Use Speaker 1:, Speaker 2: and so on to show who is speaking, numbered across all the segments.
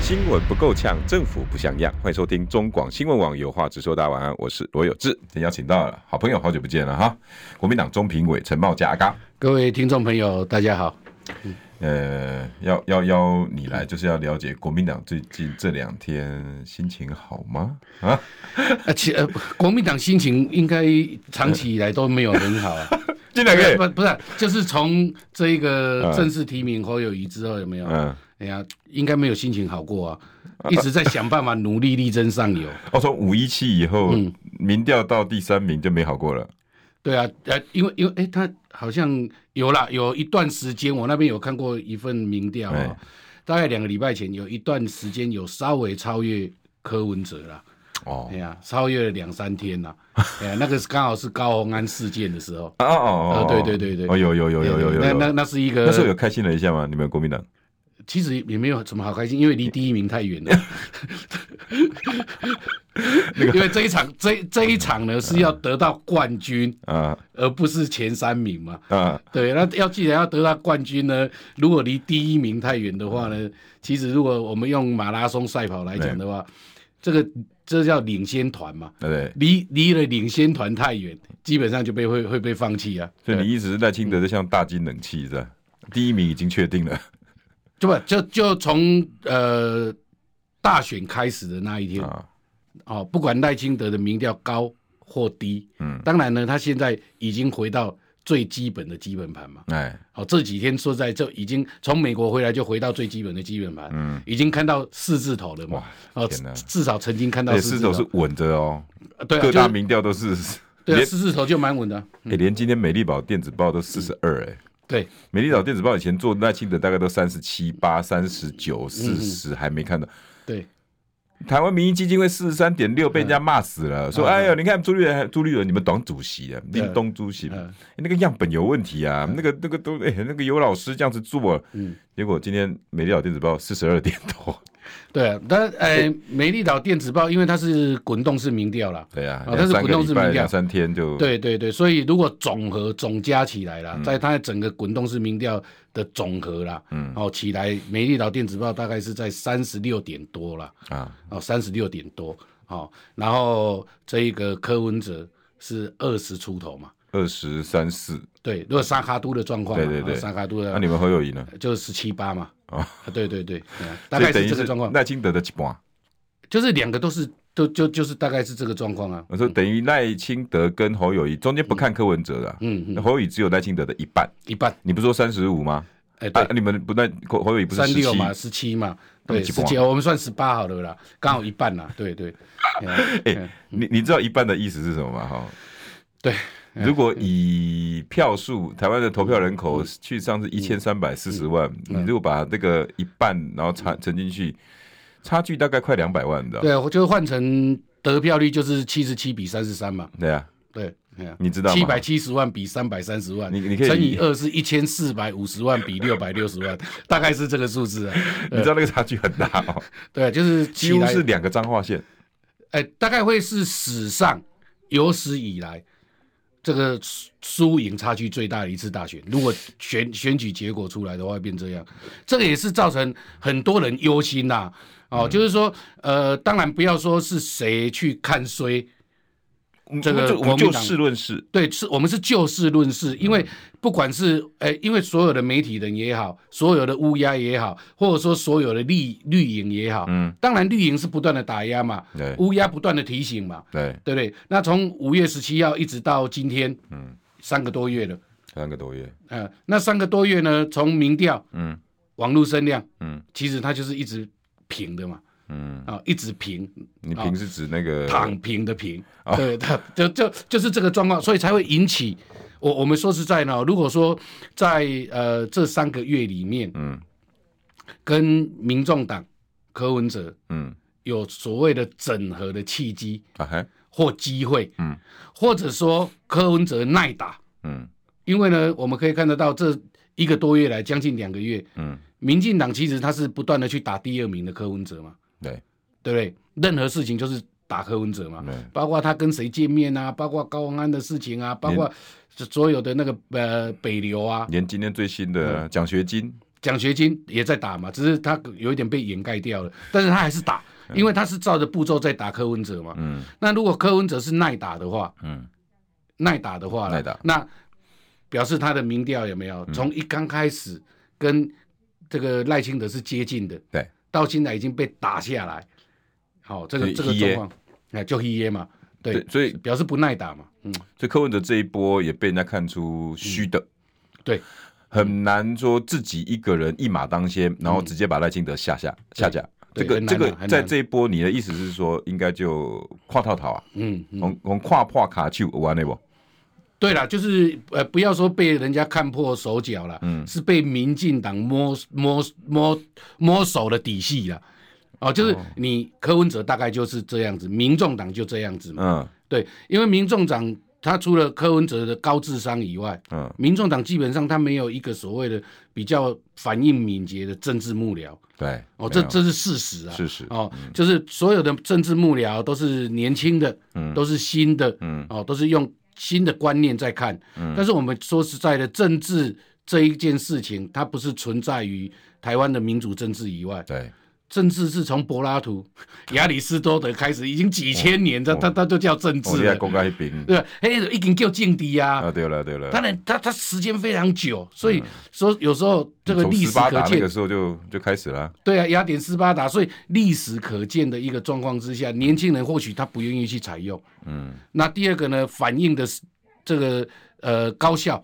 Speaker 1: 新闻不够呛，政府不像样。欢迎收听中广新闻网有话直说，大家晚安，我是罗有志。今天邀请到了好朋友，好久不见了哈！国民党中评委陈茂佳阿嘎，
Speaker 2: 各位听众朋友，大家好。
Speaker 1: 呃，要要邀你来，就是要了解国民党最近这两天心情好吗？啊，
Speaker 2: 啊，其呃，国民党心情应该长期以来都没有很好、啊。
Speaker 1: 这 两个月
Speaker 2: 不不是，就是从这一个正式提名侯友谊之后，有没有？
Speaker 1: 嗯
Speaker 2: 哎呀，应该没有心情好过啊，一直在想办法努力力争上游。
Speaker 1: 哦，从五一七以后，
Speaker 2: 嗯
Speaker 1: 民调到第三名就没好过了。
Speaker 2: 对啊，呃，因为因为哎，他好像有啦，有一段时间我那边有看过一份民调啊、
Speaker 1: 哎
Speaker 2: 大概两个礼拜前有一段时间有稍微超越柯文哲啦。
Speaker 1: 哦。
Speaker 2: 哎，呀，超越了两三天呐、哎呀，那个是刚好是高虹安事件的时候
Speaker 1: 啊哦哦，
Speaker 2: 啊对对对对
Speaker 1: 哦有有有有有有，
Speaker 2: 那
Speaker 1: 有
Speaker 2: 那那是一个，
Speaker 1: 那时候有开心了一下吗？你们国民党？
Speaker 2: 其实也没有什么好开心，因为离第一名太远 了。因为这一场这这一场呢是要得到冠军，
Speaker 1: 啊
Speaker 2: 而不是前三名嘛。
Speaker 1: 啊，
Speaker 2: 对，那要既然要得到冠军呢，如果离第一名太远的话
Speaker 1: 嗯
Speaker 2: 呢，其实如果我们用马拉松赛跑来讲的话，这个这叫领先团嘛。
Speaker 1: 对对。
Speaker 2: 离离了领先团太远，基本上就被会会被放弃啊。
Speaker 1: 所以
Speaker 2: 对
Speaker 1: 你一直赖清德就像大金冷气是吧？第一名已经确定了
Speaker 2: 就不就就从呃大选开始的那一天
Speaker 1: 啊，
Speaker 2: 哦，不管赖清德的民调高或低，
Speaker 1: 嗯
Speaker 2: 当然呢，他现在已经回到最基本的基本盘嘛。
Speaker 1: 哎，
Speaker 2: 哦，这几天说实在就已经从美国回来就回到最基本的基本盘，
Speaker 1: 嗯，
Speaker 2: 已经看到四字头了嘛
Speaker 1: 哇。
Speaker 2: 哦，
Speaker 1: 天哪
Speaker 2: 至至少曾经看到
Speaker 1: 哎，
Speaker 2: 四
Speaker 1: 四
Speaker 2: 字头，
Speaker 1: 手是稳着哦，
Speaker 2: 对啊，
Speaker 1: 各
Speaker 2: 就
Speaker 1: 大
Speaker 2: 是
Speaker 1: 民调都是，
Speaker 2: 对啊，
Speaker 1: 连
Speaker 2: 四字头就蛮稳的啊。
Speaker 1: 哎连今天美丽岛电子报都四十二哎。
Speaker 2: 对，
Speaker 1: 美丽岛电子报以前做赖清德大概都三十七八、三十
Speaker 2: 嗯
Speaker 1: 九、四十，还没看到。
Speaker 2: 对，
Speaker 1: 台湾民意基金会四十三点
Speaker 2: 嗯
Speaker 1: 六被人家骂死了，说：“哎呦，你看朱立伦，朱立伦，你们党主席啊，林东主席，哎
Speaker 2: 嗯
Speaker 1: 那个样本有问题啊，那个那个都哎，那个有老师这样子做，
Speaker 2: 嗯
Speaker 1: 结果今天美丽岛电子报四十二点 多，
Speaker 2: 对啊，但呃，美丽岛电子报因为它是滚动式民调啦，
Speaker 1: 对啊，
Speaker 2: 哦但
Speaker 1: 两
Speaker 2: 是
Speaker 1: 三
Speaker 2: 滚
Speaker 1: 个
Speaker 2: 动
Speaker 1: 礼
Speaker 2: 式
Speaker 1: 拜
Speaker 2: 民
Speaker 1: 两
Speaker 2: 调，
Speaker 1: 三天就
Speaker 2: 对对对，所以如果总和总加起来
Speaker 1: 嗯
Speaker 2: 啦，在它整个滚动式民调的总和啦，嗯，哦起来，美丽岛电子报大概是在三十六点多啦，
Speaker 1: 啊，
Speaker 2: 哦三十六点多，哦，然后这一个柯文哲是二十出头嘛，
Speaker 1: 二十三四，
Speaker 2: 对，如果沙卡都的状况嘛，
Speaker 1: 对对对
Speaker 2: 哦沙卡都
Speaker 1: 那、
Speaker 2: 的
Speaker 1: 你们侯友谊呢？
Speaker 2: 就是十七八嘛，
Speaker 1: 哦
Speaker 2: 啊，对对对，对啊大
Speaker 1: 所以
Speaker 2: 概
Speaker 1: 等于
Speaker 2: 是这个状况，
Speaker 1: 赖清德的一半，
Speaker 2: 就是两个都是都就就是大概是这个状况啊，
Speaker 1: 我说等于赖清德跟侯友谊中间不看柯文哲的、啊，
Speaker 2: 嗯嗯，
Speaker 1: 那侯友谊只有赖清德的一半。
Speaker 2: 一半，
Speaker 1: 你不是说三十五吗？
Speaker 2: 哎、对
Speaker 1: 啊，，你们不赖侯侯友谊不是
Speaker 2: 三
Speaker 1: 十
Speaker 2: 六
Speaker 1: 七？
Speaker 2: 嘛，十七嘛，
Speaker 1: 那么
Speaker 2: 对，
Speaker 1: 几
Speaker 2: 十
Speaker 1: 半
Speaker 2: 七，我们算十八好了啦，刚好一半啦，对对，哎
Speaker 1: 哎，你你知道一半的意思是什么吗？哈，
Speaker 2: 对，嗯
Speaker 1: 如果以票数，台湾的投票人口去上
Speaker 2: 嗯
Speaker 1: 是一千三百四十万，你如果把这个一半然后乘乘进去，差距大概快两百万的。
Speaker 2: 嗯对，啊我就换成得票率就是七十七比三十三嘛，
Speaker 1: 对啊，
Speaker 2: 对，哎
Speaker 1: 你知道吗
Speaker 2: 七百七十万比三百三十万，
Speaker 1: 你你可以
Speaker 2: 乘以二是一千四百五十万比六百六十万，大概是这个数字啊，
Speaker 1: 你知道那个差距很大 哦，
Speaker 2: 对，啊就是
Speaker 1: 几
Speaker 2: 起
Speaker 1: 乎
Speaker 2: 来
Speaker 1: 是两个彰化县。
Speaker 2: 哎、大概会是史上有史以来这个输输赢差距最大的一次大选。如果选选举结果出来的话，会变这样，这个也是造成很多人忧心呐、哦，就是说，呃，当然不要说是谁去看衰，这
Speaker 1: 我
Speaker 2: 个
Speaker 1: 们就我们
Speaker 2: 国民
Speaker 1: 就
Speaker 2: 党
Speaker 1: 事论事，
Speaker 2: 对，是我们是就事论事，因为不管是哎、因为所有的媒体人也好，所有的乌鸦也好，或者说所有的绿绿营也好，嗯，当然绿营是不断的打压嘛，
Speaker 1: 对
Speaker 2: 乌鸦不断的提醒嘛，
Speaker 1: 对，
Speaker 2: 对不对？那从五月十七号一直到今天，嗯，三个多月了，
Speaker 1: 三个多月，
Speaker 2: 呃，那三个多月呢，从民调、
Speaker 1: 嗯
Speaker 2: 网络声量，
Speaker 1: 嗯，
Speaker 2: 其实它就是一直平的嘛，
Speaker 1: 嗯，
Speaker 2: 啊、一直平，
Speaker 1: 你
Speaker 2: 啊
Speaker 1: 平时指那个
Speaker 2: 躺平的平，
Speaker 1: 哦
Speaker 2: 对，它就就就是这个状况，所以才会引起我我们说实在呢，如果说在呃这三个月里面，
Speaker 1: 嗯，
Speaker 2: 跟民众党柯文哲
Speaker 1: 嗯
Speaker 2: 有所谓的整合的契机
Speaker 1: 啊嘿，
Speaker 2: 或机会，
Speaker 1: 嗯，
Speaker 2: 或者说柯文哲耐打，
Speaker 1: 嗯
Speaker 2: 因为呢，我们可以看得到这一个多月来，将近两个月，
Speaker 1: 嗯，
Speaker 2: 民进党其实他是不断的去打第二名的柯文哲嘛，
Speaker 1: 对，
Speaker 2: 对不对？任何事情就是打柯文哲嘛
Speaker 1: 对，
Speaker 2: 包括他跟谁见面啊，包括高虹安的事情啊，包括所有的那个呃北流啊，
Speaker 1: 连今天最新的奖学金，
Speaker 2: 奖学金也在打嘛，只是他有一点被掩盖掉了，但是他还是打，因为他是照着步骤在打柯文哲嘛。
Speaker 1: 嗯
Speaker 2: 那如果柯文哲是耐打的话，
Speaker 1: 嗯，
Speaker 2: 耐打的话啦
Speaker 1: 耐打嗯
Speaker 2: 那表示他的民调有没有从一刚开始跟这个赖清德是接近的，
Speaker 1: 对，
Speaker 2: 到现在已经被打下来，好、这个
Speaker 1: 就
Speaker 2: 这个
Speaker 1: 一耶
Speaker 2: 状况，哎，就一耶嘛，对，
Speaker 1: 对所以
Speaker 2: 表示不耐打嘛，嗯，
Speaker 1: 所以柯文哲这一波也被人家看出虚的，
Speaker 2: 嗯对，
Speaker 1: 很难说自己一个人一马当先，然后直接把赖清德下下下架。这
Speaker 2: 嗯对
Speaker 1: 个
Speaker 2: 很难
Speaker 1: 这
Speaker 2: 啊
Speaker 1: 个
Speaker 2: 很难
Speaker 1: 在这一波，你的意思是说，应该就跨套套啊，
Speaker 2: 嗯嗯，
Speaker 1: 从从跨跨卡丘玩那不？
Speaker 2: 对了，就是呃，不要说被人家看破手脚了，嗯，是被民进党摸摸摸摸手的底细了。哦，就是你柯文哲大概就是这样子，民众党就这样子嘛。
Speaker 1: 嗯
Speaker 2: 对，因为民众党他除了柯文哲的高智商以外，
Speaker 1: 嗯，
Speaker 2: 民众党基本上他没有一个所谓的比较反应敏捷的政治幕僚。
Speaker 1: 对，
Speaker 2: 哦，
Speaker 1: 没
Speaker 2: 这
Speaker 1: 有
Speaker 2: 这是事实啊，
Speaker 1: 事实嗯
Speaker 2: 哦，就是所有的政治幕僚都是年轻的，都是新的，
Speaker 1: 嗯
Speaker 2: 哦，都是用新的观念在看，但是我们说实在的，政治这一件事情，它不是存在于台湾的民主政治以外，
Speaker 1: 对，
Speaker 2: 政治是从柏拉图、亚里士多德开始，已经几千年，它它它就叫政
Speaker 1: 我
Speaker 2: 治
Speaker 1: 哦在
Speaker 2: 了，
Speaker 1: 公开兵
Speaker 2: 对吧？哎，已经叫政敌啊，
Speaker 1: 啊，对了对了，
Speaker 2: 当然，它它时间非常久，所以说有时候这个
Speaker 1: 嗯从
Speaker 2: 历
Speaker 1: 斯
Speaker 2: 史
Speaker 1: 巴
Speaker 2: 可
Speaker 1: 达那
Speaker 2: 见
Speaker 1: 个，时候就就开始了，
Speaker 2: 对啊，雅典斯巴达，所以历史可见的一个状况之下，年轻人或许他不愿意去采用。
Speaker 1: 嗯，
Speaker 2: 那第二个呢，反应的是这个呃高效，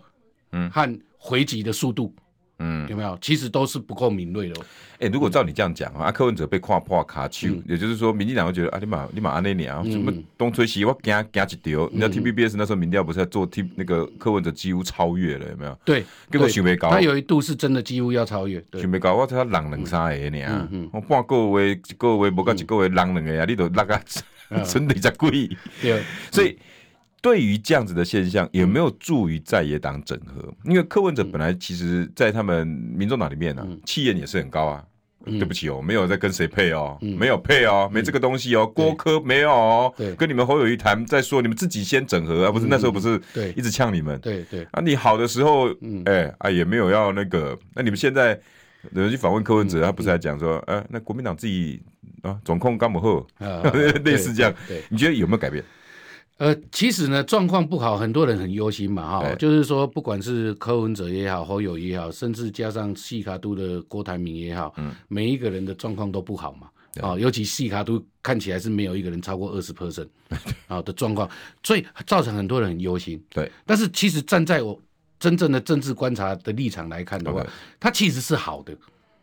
Speaker 1: 嗯
Speaker 2: 和回击的速度，
Speaker 1: 嗯，
Speaker 2: 有没有？其实都是不够敏锐的哦。
Speaker 1: 哎、如果照你这样讲啊，
Speaker 2: 嗯
Speaker 1: 啊柯文哲被跨破卡丘，也就是说，民进党会觉得啊，你马你马安内你
Speaker 2: 嗯
Speaker 1: 啊，什么东吹西，我惊惊一丢。你知道 T B B S 那时候民调不是在做 T 那个柯文哲几乎超越了，有没有？
Speaker 2: 对，
Speaker 1: 结果
Speaker 2: 对
Speaker 1: 想不到
Speaker 2: 他有一度是真的几乎要超越。对嗯
Speaker 1: 想，袂到我才人两三个呢、我半个月一个月无到一个月人两个啊，你都落啊
Speaker 2: 嗯
Speaker 1: 剩二十几。
Speaker 2: 对，
Speaker 1: 所以，对于这样子的现象，有没有助于在野党整合？
Speaker 2: 嗯
Speaker 1: 因为柯文哲本来其实，在他们民众党里面呢、啊，
Speaker 2: 嗯
Speaker 1: 气焰也是很高啊。对不起哦，没有在跟谁配哦，没有配哦，没这个东西哦，郭科没有哦
Speaker 2: 嗯对，嗯
Speaker 1: 跟你们侯友谊谈再说，你们自己先整合啊，不是那时候不是
Speaker 2: 对
Speaker 1: 一直呛你们
Speaker 2: 对嗯对，
Speaker 1: 啊？你好的时候，哎啊也没有要那个，那你们现在有人去访问柯文
Speaker 2: 嗯
Speaker 1: 哲，他不是还讲说，呃，那国民党自己啊总控干不后，
Speaker 2: 啊
Speaker 1: 类似这样
Speaker 2: 对对对，
Speaker 1: 你觉得有没有改变？
Speaker 2: 呃，其实呢，状况不好，很多人很忧心嘛，哈，
Speaker 1: 对
Speaker 2: 就是说，不管是柯文哲也好，侯友也好，甚至加上细卡都的郭台铭也好，嗯，每一个人的状况都不好嘛，啊、尤其细卡都看起来是没有一个人超过二十 percent 啊的状况，所以造成很多人很忧心。
Speaker 1: 对，
Speaker 2: 但是其实站在我真正的政治观察的立场来看的话
Speaker 1: OK，
Speaker 2: 它其实是好的，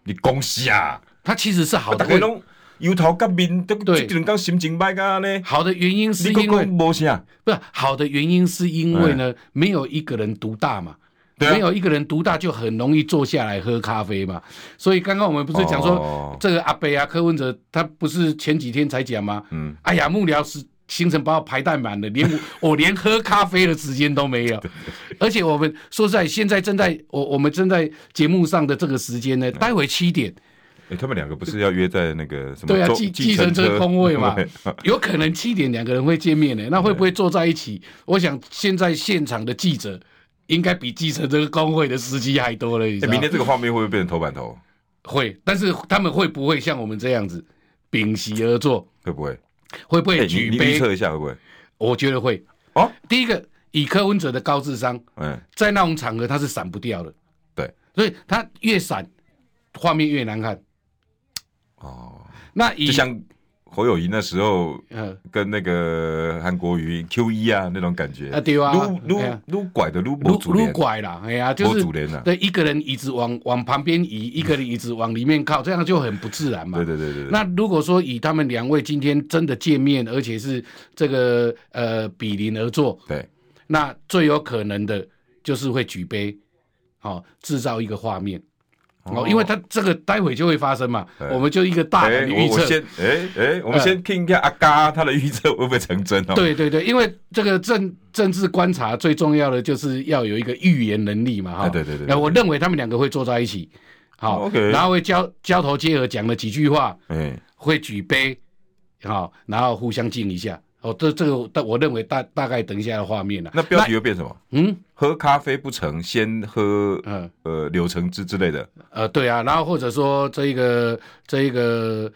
Speaker 1: 你恭喜啊！
Speaker 2: 它其实是好
Speaker 1: 大
Speaker 2: 的。
Speaker 1: 家拢由头革面，都
Speaker 2: 对
Speaker 1: 这两天心情歹噶呢。
Speaker 2: 好的原因是
Speaker 1: 你讲
Speaker 2: 因为
Speaker 1: 讲无啥，
Speaker 2: 不是好的原因是因为呢，
Speaker 1: 哎
Speaker 2: 没有一个人独大嘛。
Speaker 1: 对啊
Speaker 2: 没有一个人独大就很容易坐下来喝咖啡嘛，所以刚刚我们不是讲说、
Speaker 1: 哦
Speaker 2: 这个阿贝啊柯文哲他不是前几天才讲吗？嗯，哎呀幕僚是行程把我排太满了，连 我我连喝咖啡的时间都没有，而且我们说实在现在正在我我们正在节目上的这个时间
Speaker 1: 嗯
Speaker 2: 呢，待会七点，
Speaker 1: 哎，他们两个不是要约在那个什么
Speaker 2: 对啊
Speaker 1: 坐
Speaker 2: 计计程车空位嘛
Speaker 1: 对啊
Speaker 2: 有可能七点两个人会见面呢，那会不会坐在一起？我想现在现场的记者应该比记者这个工会的司机还多了。你知
Speaker 1: 哎，
Speaker 2: 道
Speaker 1: 明天这个画面会不会变成头版头？
Speaker 2: 会，但是他们会不会像我们这样子屏息而坐？
Speaker 1: 会不会？
Speaker 2: 会不
Speaker 1: 哎，
Speaker 2: 会
Speaker 1: 你你
Speaker 2: 举
Speaker 1: 预
Speaker 2: 杯？
Speaker 1: 测一下会不会？
Speaker 2: 我觉得会。
Speaker 1: 哦，
Speaker 2: 第一个，以柯文哲的高智商，
Speaker 1: 嗯，
Speaker 2: 在那种场合他是闪不掉的，
Speaker 1: 对，
Speaker 2: 所以他越闪，画面越难看。
Speaker 1: 哦，
Speaker 2: 那以
Speaker 1: 就像侯友谊那时候
Speaker 2: 呃
Speaker 1: 跟那个韩国瑜 Q 一啊那种感觉
Speaker 2: 啊对啊
Speaker 1: 撸
Speaker 2: 哎呀
Speaker 1: 撸撸拐的撸不
Speaker 2: 撸
Speaker 1: 主
Speaker 2: 撸
Speaker 1: 连，
Speaker 2: 拐啦，哎呀、就
Speaker 1: 没
Speaker 2: 是
Speaker 1: 主人啊
Speaker 2: 对一个人椅子往往旁边移，一个人椅子往里面靠，这样就很不自然嘛。
Speaker 1: 对对对对对，
Speaker 2: 那如果说以他们两位今天真的见面，而且是这个呃比邻而坐，
Speaker 1: 对，
Speaker 2: 那哦最有可能的就是会举杯，好、制造一个画面。哦，因为它这个待会就会发生嘛，我们就一个大
Speaker 1: 哎
Speaker 2: 胆，的
Speaker 1: 我
Speaker 2: 预
Speaker 1: 我
Speaker 2: 测。呃
Speaker 1: 先，哎哎，我们先听一下阿嘎他的预测会不会成真哦？，
Speaker 2: 对对对，因为这个政政治观察最重要的就是要有一个预言能力嘛，哈。
Speaker 1: 啊对对对对哦
Speaker 2: 那我认为他们两个会坐在一起，好
Speaker 1: OK
Speaker 2: 然后会交交头接耳讲了几句话，
Speaker 1: 哎，
Speaker 2: 会举杯，好、然后互相敬一下。哦，这这个但我认为大大概等一下的画面 了、啊
Speaker 1: 那标题会变什么？
Speaker 2: 嗯
Speaker 1: 喝咖啡不成，先喝
Speaker 2: 嗯
Speaker 1: 呃柳橙汁之类的。
Speaker 2: 呃对啊，然后或者说这一个这一个，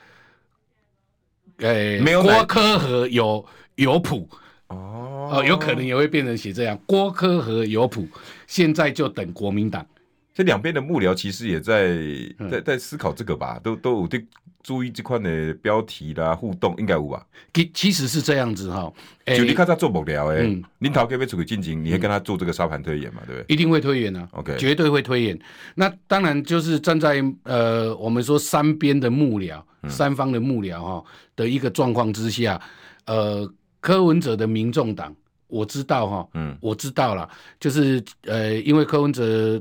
Speaker 2: 诶、
Speaker 1: 没有奶
Speaker 2: 郭科和有有谱。
Speaker 1: 哦
Speaker 2: 哦，有可能也会变成写这样。郭科和有谱，现在就等国民党。
Speaker 1: 这两边的幕僚其实也在
Speaker 2: 嗯
Speaker 1: 在在思考这个吧，都都有对注意这块的标题啦、互动，应该有吧？
Speaker 2: 其其实是这样子哈、诶
Speaker 1: 就你看他做幕僚
Speaker 2: 嗯
Speaker 1: 哎，林桃可以出去进行，你会跟他做这个沙盘推演嘛，对不对？
Speaker 2: 一定会推演啊
Speaker 1: OK
Speaker 2: 绝对会推演。那当然就是站在呃，我们说三边的幕僚、
Speaker 1: 嗯
Speaker 2: 三方的幕僚哈、的一个状况之下，呃，柯文哲的民众党，我知道哈、
Speaker 1: 嗯
Speaker 2: 我知道了，就是呃，因为柯文哲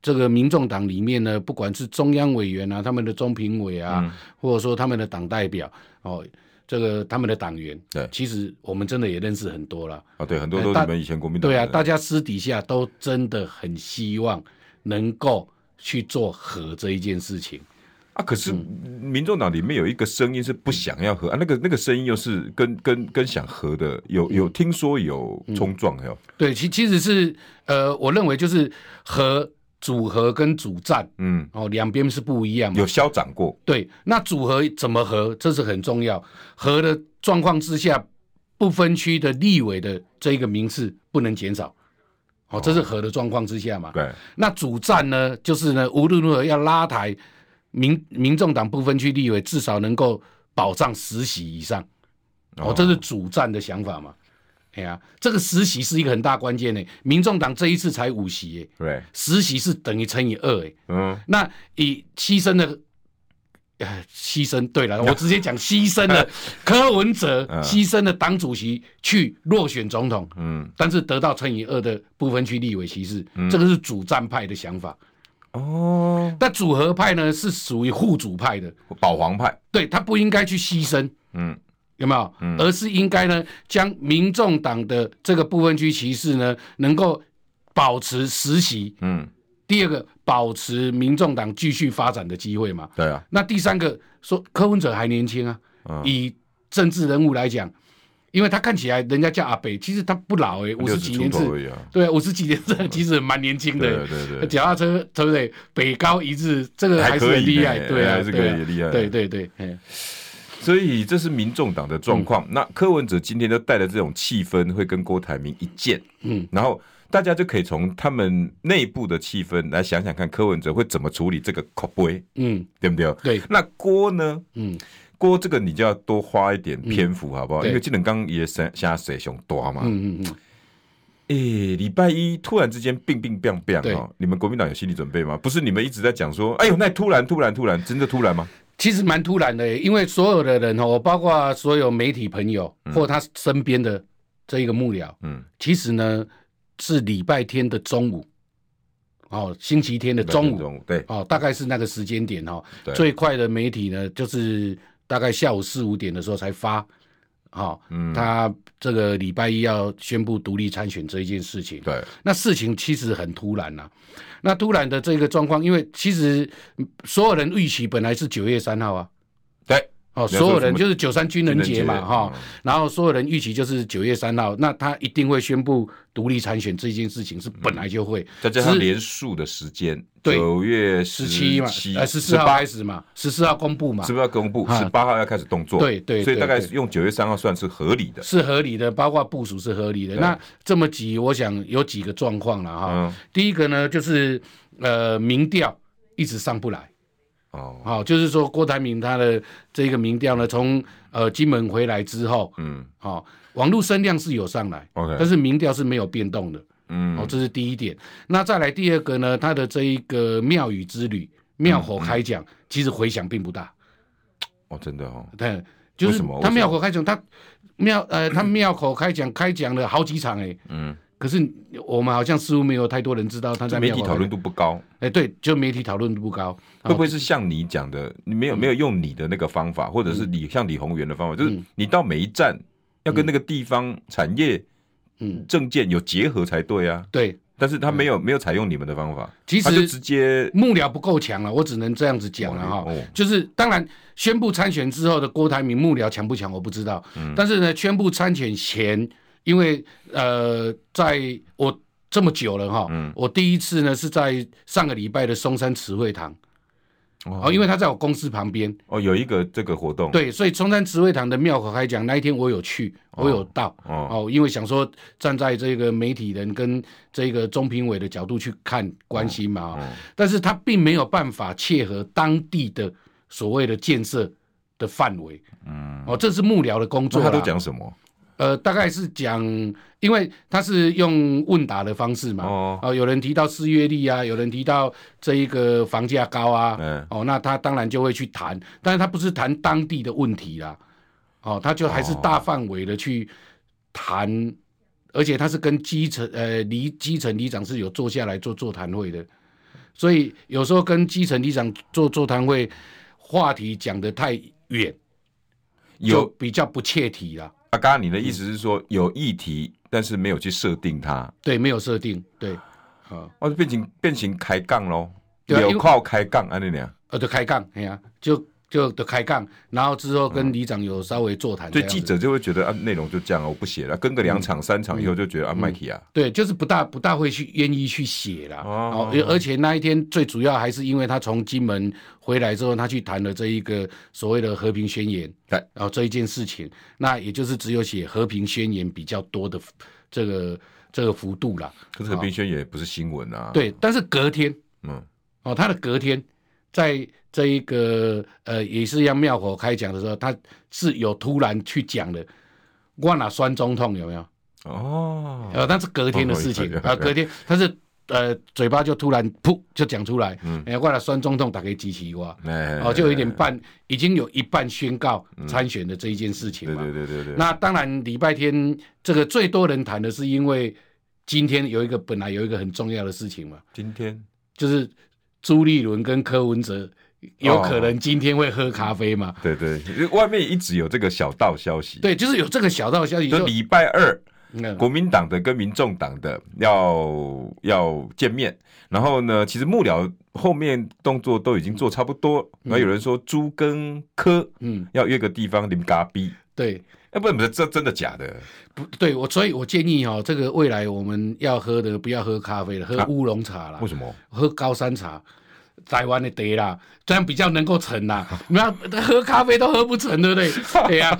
Speaker 2: 这个民众党里面呢，不管是中央委员啊，他们的中评委啊，
Speaker 1: 嗯
Speaker 2: 或者说他们的党代表哦，这个他们的党员，
Speaker 1: 对
Speaker 2: 其实我们真的也认识很多了。
Speaker 1: 啊，对，很多都是
Speaker 2: 大
Speaker 1: 你们以前国民党
Speaker 2: 对啊，
Speaker 1: 的
Speaker 2: 大家私底下都真的很希望能够去做和这一件事情。
Speaker 1: 啊，可是
Speaker 2: 嗯
Speaker 1: 民众党里面有一个声音是不想要和啊，那个那个声音又是跟跟跟想和的有有
Speaker 2: 嗯
Speaker 1: 听说有冲撞哟，
Speaker 2: 对，其其实是呃，我认为就是和组合跟主战
Speaker 1: 嗯，
Speaker 2: 哦，两边是不一样嘛
Speaker 1: 有。消长过，
Speaker 2: 对，那组合怎么合，这是很重要。合的状况之下，不分区的立委的这一个名次不能减少。哦，这是合的状况之下嘛。
Speaker 1: 对，
Speaker 2: 那主战呢，就是呢，无论如何要拉抬民民众党不分区立委，至少能够保障十席以上。哦，这是主战的想法嘛？哎呀、这个十席是一个很大关键呢。民众党这一次才五席耶，
Speaker 1: 对，
Speaker 2: 十席是等于乘以二哎。
Speaker 1: 嗯，
Speaker 2: 那以牺牲的，呃，牺牲对了，我直接讲牺牲了柯文哲，牺牲了党主席去落选总统，
Speaker 1: 嗯，
Speaker 2: 但是得到乘以二的部分区立委席次，这个是主战派的想法。
Speaker 1: 哦，
Speaker 2: 那组合派呢是属于护主派的，
Speaker 1: 保皇派，
Speaker 2: 对他不应该去牺牲，
Speaker 1: 嗯，
Speaker 2: 有没有？而是应该呢将民众党的这个部分区席次呢能够保持实习，
Speaker 1: 嗯，
Speaker 2: 第二个保持民众党继续发展的机会嘛。
Speaker 1: 对啊，
Speaker 2: 那第三个说柯文哲还年轻啊，
Speaker 1: 嗯
Speaker 2: 以政治人物来讲，因为他看起来人家叫阿北，其实他不老哎、五十
Speaker 1: 60
Speaker 2: 几
Speaker 1: 出
Speaker 2: 年
Speaker 1: 头
Speaker 2: 是
Speaker 1: 而已啊，
Speaker 2: 对啊，五十几年是其实蛮年轻的
Speaker 1: 对。对对
Speaker 2: 脚踏车对不对？北高一日，这个还是
Speaker 1: 还可以
Speaker 2: 很厉害，
Speaker 1: 呢
Speaker 2: 对啊，
Speaker 1: 还是可以
Speaker 2: 对啊
Speaker 1: 厉害
Speaker 2: 对对对，嘿
Speaker 1: 所以这是民众党的状况。
Speaker 2: 嗯
Speaker 1: 那柯文哲今天就带着这种气氛，会跟郭台铭一见，
Speaker 2: 嗯，
Speaker 1: 然后大家就可以从他们内部的气氛来想想看，柯文哲会怎么处理这个口碑，
Speaker 2: 嗯，
Speaker 1: 对不对？
Speaker 2: 对，
Speaker 1: 那郭呢？
Speaker 2: 嗯，
Speaker 1: 郭这个你就要多花一点篇幅，好不好？
Speaker 2: 对
Speaker 1: 因为技能刚也现在谁熊多嘛。
Speaker 2: 嗯嗯嗯，
Speaker 1: 诶，礼拜一突然之间病病变变
Speaker 2: 对
Speaker 1: 哦，你们国民党有心理准备吗？不是你们一直在讲说，哎呦，那突然突然突然，真的突然吗？
Speaker 2: 其实蛮突然的耶，因为所有的人哦，我包括所有媒体朋友或他身边的这一个幕僚，
Speaker 1: 嗯，
Speaker 2: 其实呢是礼拜天的中午，哦，星期天的中午，
Speaker 1: 中午对，
Speaker 2: 哦，大概是那个时间点哦
Speaker 1: 对，
Speaker 2: 最快的媒体呢就是大概下午四五点的时候才发，哦，
Speaker 1: 嗯，
Speaker 2: 他这个礼拜一要宣布独立参选这一件事情，
Speaker 1: 对，
Speaker 2: 那事情其实很突然呐、那突然的这个状况，因为其实嗯所有人预期本来是九月三号啊，
Speaker 1: 对，
Speaker 2: 哦，
Speaker 1: 你要说
Speaker 2: 所有人
Speaker 1: 什么
Speaker 2: 就是九三军人节嘛，
Speaker 1: 军人节
Speaker 2: 哈、
Speaker 1: 嗯
Speaker 2: 然后所有人预期就是九月三号，那他一定会宣布独立参选这件事情是本来就会，
Speaker 1: 再加上
Speaker 2: 只是
Speaker 1: 连数的时间，
Speaker 2: 对
Speaker 1: 九月
Speaker 2: 十七嘛，呃，十四号
Speaker 1: 18
Speaker 2: 开始嘛，十四号公布嘛
Speaker 1: 是，不是要公布？
Speaker 2: 啊
Speaker 1: 十八号要开始动作，
Speaker 2: 对对
Speaker 1: 所以
Speaker 2: 对
Speaker 1: 大概
Speaker 2: 对
Speaker 1: 用九月三号算是合理的。
Speaker 2: 是合理的，包括部署是合理的。那这么急，我想有几个状况了哈、
Speaker 1: 嗯，
Speaker 2: 第一个呢，就是呃，民调一直上不来。
Speaker 1: 哦，
Speaker 2: 好、就是说郭台铭他的这个民调呢，从呃金门回来之后，
Speaker 1: 嗯
Speaker 2: 好、网络声量是有上来
Speaker 1: OK
Speaker 2: 但是民调是没有变动的。哦
Speaker 1: 嗯，，
Speaker 2: 这是第一点。那再来第二个呢，他的这一个庙宇之旅、庙口
Speaker 1: 嗯
Speaker 2: 开讲，其实回响并不大。
Speaker 1: 哦，真的哦，
Speaker 2: 对，就
Speaker 1: 为
Speaker 2: 是
Speaker 1: 什么为
Speaker 2: 他
Speaker 1: 什么
Speaker 2: 庙口开讲，他庙呃他庙口开讲开讲了好几场哎、
Speaker 1: 嗯，
Speaker 2: 可是我们好像似乎没有太多人知道他
Speaker 1: 这
Speaker 2: 在
Speaker 1: 媒
Speaker 2: 妙
Speaker 1: 体
Speaker 2: 法
Speaker 1: 讨论
Speaker 2: 开
Speaker 1: 度不高，
Speaker 2: 哎，对，就媒体讨论度不高，
Speaker 1: 会不会是像你讲的，你
Speaker 2: 嗯
Speaker 1: 没有没有用你的那个方法，或者是你像李宏源的方法，就是
Speaker 2: 嗯
Speaker 1: 你到每一站要跟那个地方产业、
Speaker 2: 嗯
Speaker 1: 证件有结合才对啊。
Speaker 2: 对
Speaker 1: 但是他没有没有采用你们的方法，
Speaker 2: 其实嗯
Speaker 1: 他就直接
Speaker 2: 幕僚不够强了，我只能这样子讲了哈
Speaker 1: 哦。
Speaker 2: 就是当然宣布参选之后的郭台铭幕僚强不强我不知道，
Speaker 1: 嗯
Speaker 2: 但是呢，宣布参选前，因为呃，在我这么久了哈，
Speaker 1: 嗯
Speaker 2: 我第一次呢是在上个礼拜的松山慈惠堂，
Speaker 1: 哦
Speaker 2: 哦，因为他在我公司旁边，
Speaker 1: 哦有一个这个活动，
Speaker 2: 对，所以中山慈惠堂的庙口开讲那一天我有去，我有到
Speaker 1: 哦
Speaker 2: 哦因为想说站在这个媒体人跟这个中评委的角度去看关心嘛、
Speaker 1: 嗯
Speaker 2: 哦但是他并没有办法切合当地的所谓的建设的范围，嗯，哦，这是幕僚的工作
Speaker 1: 那
Speaker 2: 啦，
Speaker 1: 他都讲什么？
Speaker 2: 呃，大概是讲，因为他是用问答的方式嘛，
Speaker 1: 哦
Speaker 2: 哦、有人提到失业率啊，有人提到这一个房价高啊，
Speaker 1: 嗯
Speaker 2: 哦，那他当然就会去谈，但是他不是谈当地的问题啦，哦，他就还是大范围的去谈，而且他是跟基层呃离基层里长是有坐下来做座谈会的，所以有时候跟基层里长做座谈会，话题讲得太远，就嗯
Speaker 1: 有
Speaker 2: 比较不切题啦。
Speaker 1: 阿嘎，你的意思是说有议题，但是没有去设定它，
Speaker 2: 对，没有设定，对，
Speaker 1: 哦，就变成变成开杠喽，
Speaker 2: 对啊因为
Speaker 1: 有靠开杠安尼俩，
Speaker 2: 呃，就开杠，哎呀、就就就开杠，然后之后跟里长有稍微座谈
Speaker 1: 所
Speaker 2: 这
Speaker 1: 以
Speaker 2: 样子，嗯
Speaker 1: 记者就会觉得啊，内容就这样了，我不写了，啊跟个两场三场以后就觉得啊，麦克啊，
Speaker 2: 对，就是不大不大会去愿意去写啦。
Speaker 1: 哦
Speaker 2: 哦，而且那一天最主要还是因为他从金门回来之后，他去谈了这一个所谓的和平宣言，
Speaker 1: 对
Speaker 2: 然后这一件事情，那也就是只有写和平宣言比较多的这个这个幅度啦。
Speaker 1: 可是和平宣言也不是新闻啊，，
Speaker 2: 对，但是隔天
Speaker 1: 嗯，
Speaker 2: 哦，他的隔天，在这一个呃，也是一样庙口开讲的时候，他是有突然去讲的，我哪酸中痛有没有？
Speaker 1: 哦，
Speaker 2: 呃，那是隔天的事情
Speaker 1: 哦
Speaker 2: 啊、隔天他是呃嘴巴就突然噗就讲出来，哎、我哪酸中痛打给支持我，
Speaker 1: 嗯哎嗯
Speaker 2: 哦，就有一点半，已经有一半宣告参选的这一件事情
Speaker 1: 哎对
Speaker 2: 嘛。
Speaker 1: 对对对对，
Speaker 2: 那当然，礼拜天这个最多人谈的是因为今天有一个本来有一个很重要的事情嘛，
Speaker 1: 今天
Speaker 2: 就是朱立伦跟柯文哲有可
Speaker 1: 哦
Speaker 2: 能今天会喝咖啡嘛？
Speaker 1: 对对，因为外面一直有这个小道消息，，
Speaker 2: 对，就是有这个小道消息
Speaker 1: 就
Speaker 2: 就，
Speaker 1: 礼拜二。
Speaker 2: 嗯
Speaker 1: 国民党的跟民众党的要要见面，然后呢，其实幕僚后面动作都已经做差不多，然后有人说朱跟柯
Speaker 2: 嗯，
Speaker 1: 要约个地方淋咖逼，
Speaker 2: 对，
Speaker 1: 哎，不是不是，这真的假的？
Speaker 2: 不对我，所以我建议哦，这个未来我们要喝的不要喝咖啡了，喝
Speaker 1: 啊
Speaker 2: 乌龙茶啦
Speaker 1: 为，什么？
Speaker 2: 喝高山茶。台湾的茶啦，这样比较能够成啦。你要喝咖啡都喝不成，对不对？对 呀、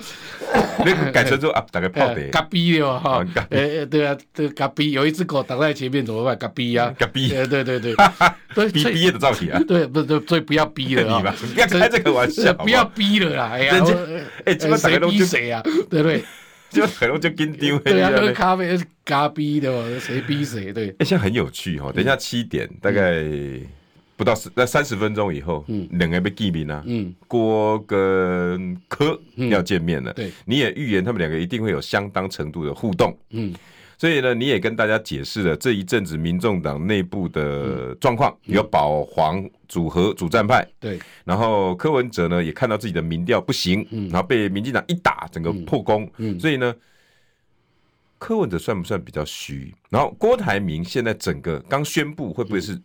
Speaker 1: 那个改成说啊，大概泡
Speaker 2: 呃
Speaker 1: 杯
Speaker 2: 咖啡的嘛哈
Speaker 1: 啊咖，
Speaker 2: 呃，呃对啊，这咖啡有一只狗挡在前面怎么办？咖啡啊，
Speaker 1: 咖啡
Speaker 2: 呃对 对对，对，
Speaker 1: 逼
Speaker 2: 所以
Speaker 1: 毕业的造型啊，
Speaker 2: 对，不对，所以不要逼了啊、
Speaker 1: 你吧不要开这个玩笑
Speaker 2: 呃
Speaker 1: 好不好
Speaker 2: 不要逼了啦！ 哎呀
Speaker 1: 人，家
Speaker 2: 我
Speaker 1: 哎基本
Speaker 2: 呃
Speaker 1: 上大家
Speaker 2: 谁
Speaker 1: 都
Speaker 2: 逼
Speaker 1: 就
Speaker 2: 谁啊？对不 对？
Speaker 1: 就很容易就跟丢
Speaker 2: 对啊，喝
Speaker 1: 哎
Speaker 2: 咖啡是咖逼的嘛，谁逼谁？对，
Speaker 1: 现在很有趣哈、哦，
Speaker 2: 嗯
Speaker 1: 等一下七点大概不到十，那三十分钟以后，两个被见面啊，
Speaker 2: 嗯，
Speaker 1: 郭跟柯要见面了，
Speaker 2: 对
Speaker 1: 你也预言他们两个一定会有相当程度的互动，
Speaker 2: 嗯，
Speaker 1: 所以呢，你也跟大家解释了这一阵子民众党内部
Speaker 2: 嗯
Speaker 1: 的状况，有保皇组合主战派，
Speaker 2: 对，
Speaker 1: 然后柯文哲呢也看到自己的民调不行，
Speaker 2: 嗯
Speaker 1: 然后被民进党一打，整个破功，所以呢，柯文哲算不算比较虚？然后郭台铭现在整个刚宣布，会不会是
Speaker 2: 嗯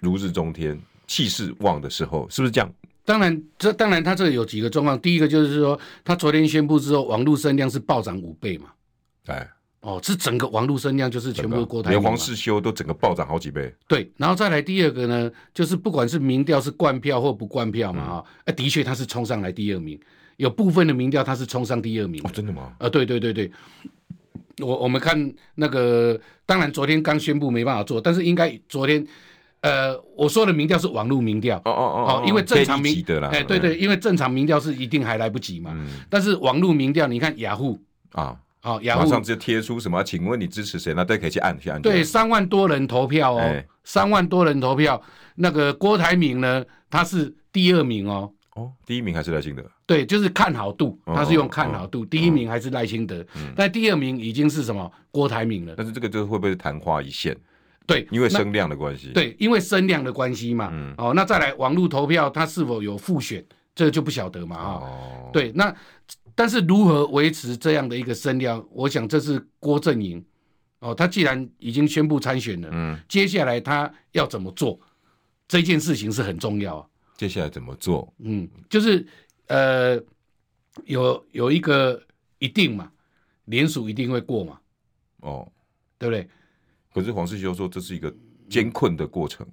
Speaker 1: 如日中天、气势旺的时候？是不是这样？
Speaker 2: 当然这当然他这个有几个状况，第一个就是说，他昨天宣布之后，网络声量是暴涨五倍嘛，
Speaker 1: 哎，
Speaker 2: 哦，是整个网络声量就是全部郭台铭
Speaker 1: 啊连
Speaker 2: 嘛
Speaker 1: 黄世修都整个暴涨好几倍，
Speaker 2: 对，然后再来第二个呢，就是不管是民调是灌票或不灌票
Speaker 1: 嗯
Speaker 2: 嘛，哈、啊，的确他是冲上来第二名，有部分的民调他是冲上第二名的
Speaker 1: 哦，真的吗？
Speaker 2: 啊，对对对对，我我们看那个，当然昨天刚宣布没办法做，但是应该昨天，呃，我说的民调是网络民调。
Speaker 1: 哦哦
Speaker 2: 哦，因为正常
Speaker 1: 这一
Speaker 2: 民
Speaker 1: 集的啦，嗯
Speaker 2: 哎，对对，因为正常民调是一定还来不及嘛。但是网络民调，你看雅虎，
Speaker 1: 啊，
Speaker 2: 哦，雅
Speaker 1: 马
Speaker 2: 虎
Speaker 1: 上直接贴出什么？请问你支持谁？那大家可以去按去按，
Speaker 2: 对，三万多人投票哦
Speaker 1: 哎，
Speaker 2: 三万多人投票，那个郭台铭呢，他是第二名哦，
Speaker 1: 哦，第一名还是赖清德，
Speaker 2: 对，就是看好度，
Speaker 1: 哦嗯
Speaker 2: 他是用看好度，第一名还是赖清德，那、第二名已经是什么郭台铭了，
Speaker 1: 但是这个就是会不会是昙花一现？
Speaker 2: 对，
Speaker 1: 因为
Speaker 2: 那
Speaker 1: 声量嗯的关系，，
Speaker 2: 对，因为声量的关系嘛，哦，那再来网络投票，它是否有复选，这个就不晓得嘛，啊、
Speaker 1: 哦，
Speaker 2: 对，那但是如何维持这样的一个声量，我想这是郭正营哦，他既然已经宣布参选了，
Speaker 1: 嗯，
Speaker 2: 接下来他要怎么做，这件事情是很重要、啊，
Speaker 1: 接下来怎么做？
Speaker 2: 嗯，就是呃，有有一个一定嘛，联署一定会过嘛，
Speaker 1: 哦，
Speaker 2: 对不对？
Speaker 1: 可是黄世修说这是一个艰困的过程，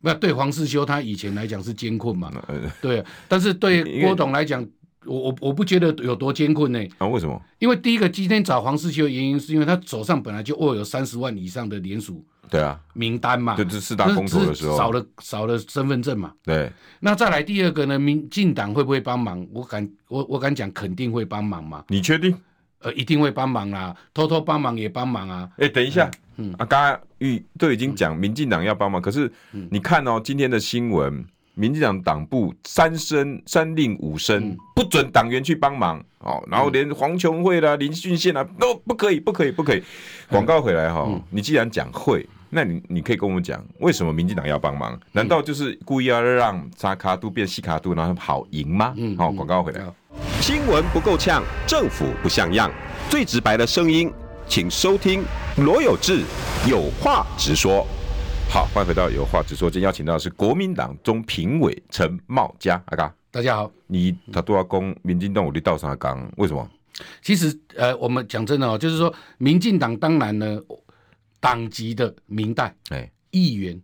Speaker 2: 那对黄世修他以前来讲是艰困嘛，
Speaker 1: 呃，
Speaker 2: 对啊，但是对
Speaker 1: 因为
Speaker 2: 郭董来讲，我我我不觉得有多艰困呢、
Speaker 1: 啊，为什么？
Speaker 2: 因为第一个今天找黄世修的原因，是因为他手上本来就握有三十万以上的联署
Speaker 1: 对啊，
Speaker 2: 名单嘛，
Speaker 1: 对，这是四大公投的时
Speaker 2: 只是少
Speaker 1: 候，
Speaker 2: 了少了身份证嘛。
Speaker 1: 对，
Speaker 2: 那再来第二个呢，民进党会不会帮忙？我敢我我敢讲，肯定会帮忙嘛，
Speaker 1: 你确定？
Speaker 2: 呃，一定会帮忙啦，偷偷帮忙也帮忙啊。
Speaker 1: 哎、等一下，
Speaker 2: 嗯
Speaker 1: 啊，刚刚玉都已经讲民进党要帮忙，可是
Speaker 2: 嗯
Speaker 1: 你看哦，今天的新闻，民进党党部三声三令五申、
Speaker 2: 嗯
Speaker 1: 不准党员去帮忙哦，然后连黄琼慧啦、林俊宪啦都不可以，不可以，不可
Speaker 2: 嗯
Speaker 1: 以。广告回来哈、你既然讲会。那你你可以跟我们讲，为什么民进党要帮忙？难
Speaker 2: 嗯
Speaker 1: 道就是故意要让沙卡都变西卡都，然后好赢吗？
Speaker 2: 嗯
Speaker 1: 好、广告回来。
Speaker 2: 好
Speaker 3: 新闻不够呛，政府不像样，最直白的声音，请收听罗有志有话直说。
Speaker 1: 好，欢迎回到有话直说，今天邀请到的是国民党中评委陈茂佳阿嘎。
Speaker 2: 大家好，
Speaker 1: 你他都要攻民进党，我就倒三缸，为什么？
Speaker 2: 其实呃，我们讲真的哦，就是说，民进党当然呢，党籍的明代
Speaker 1: 哎
Speaker 2: 议员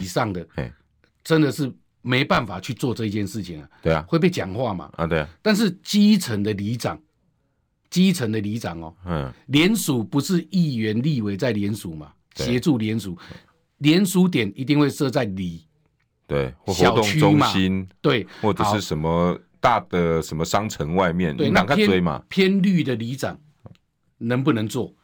Speaker 2: 以上的，
Speaker 1: 哎哎
Speaker 2: 真的是没办法去做这件事情啊，
Speaker 1: 对啊，
Speaker 2: 会被讲话嘛。
Speaker 1: 啊对啊，
Speaker 2: 但是基层的里长，基层的里长哦，
Speaker 1: 嗯，
Speaker 2: 联署不是议员、立委在联署嘛，
Speaker 1: 对
Speaker 2: 协助联署，联署点一定会设在里，
Speaker 1: 对，或活
Speaker 2: 小
Speaker 1: 动
Speaker 2: 区
Speaker 1: 中
Speaker 2: 嘛
Speaker 1: 心
Speaker 2: 对，
Speaker 1: 或者
Speaker 2: 好
Speaker 1: 是什么大的什么商城外面，
Speaker 2: 对，
Speaker 1: 你
Speaker 2: 那
Speaker 1: 哪个追
Speaker 2: 偏
Speaker 1: 嘛？
Speaker 2: 偏绿的里长能不能做？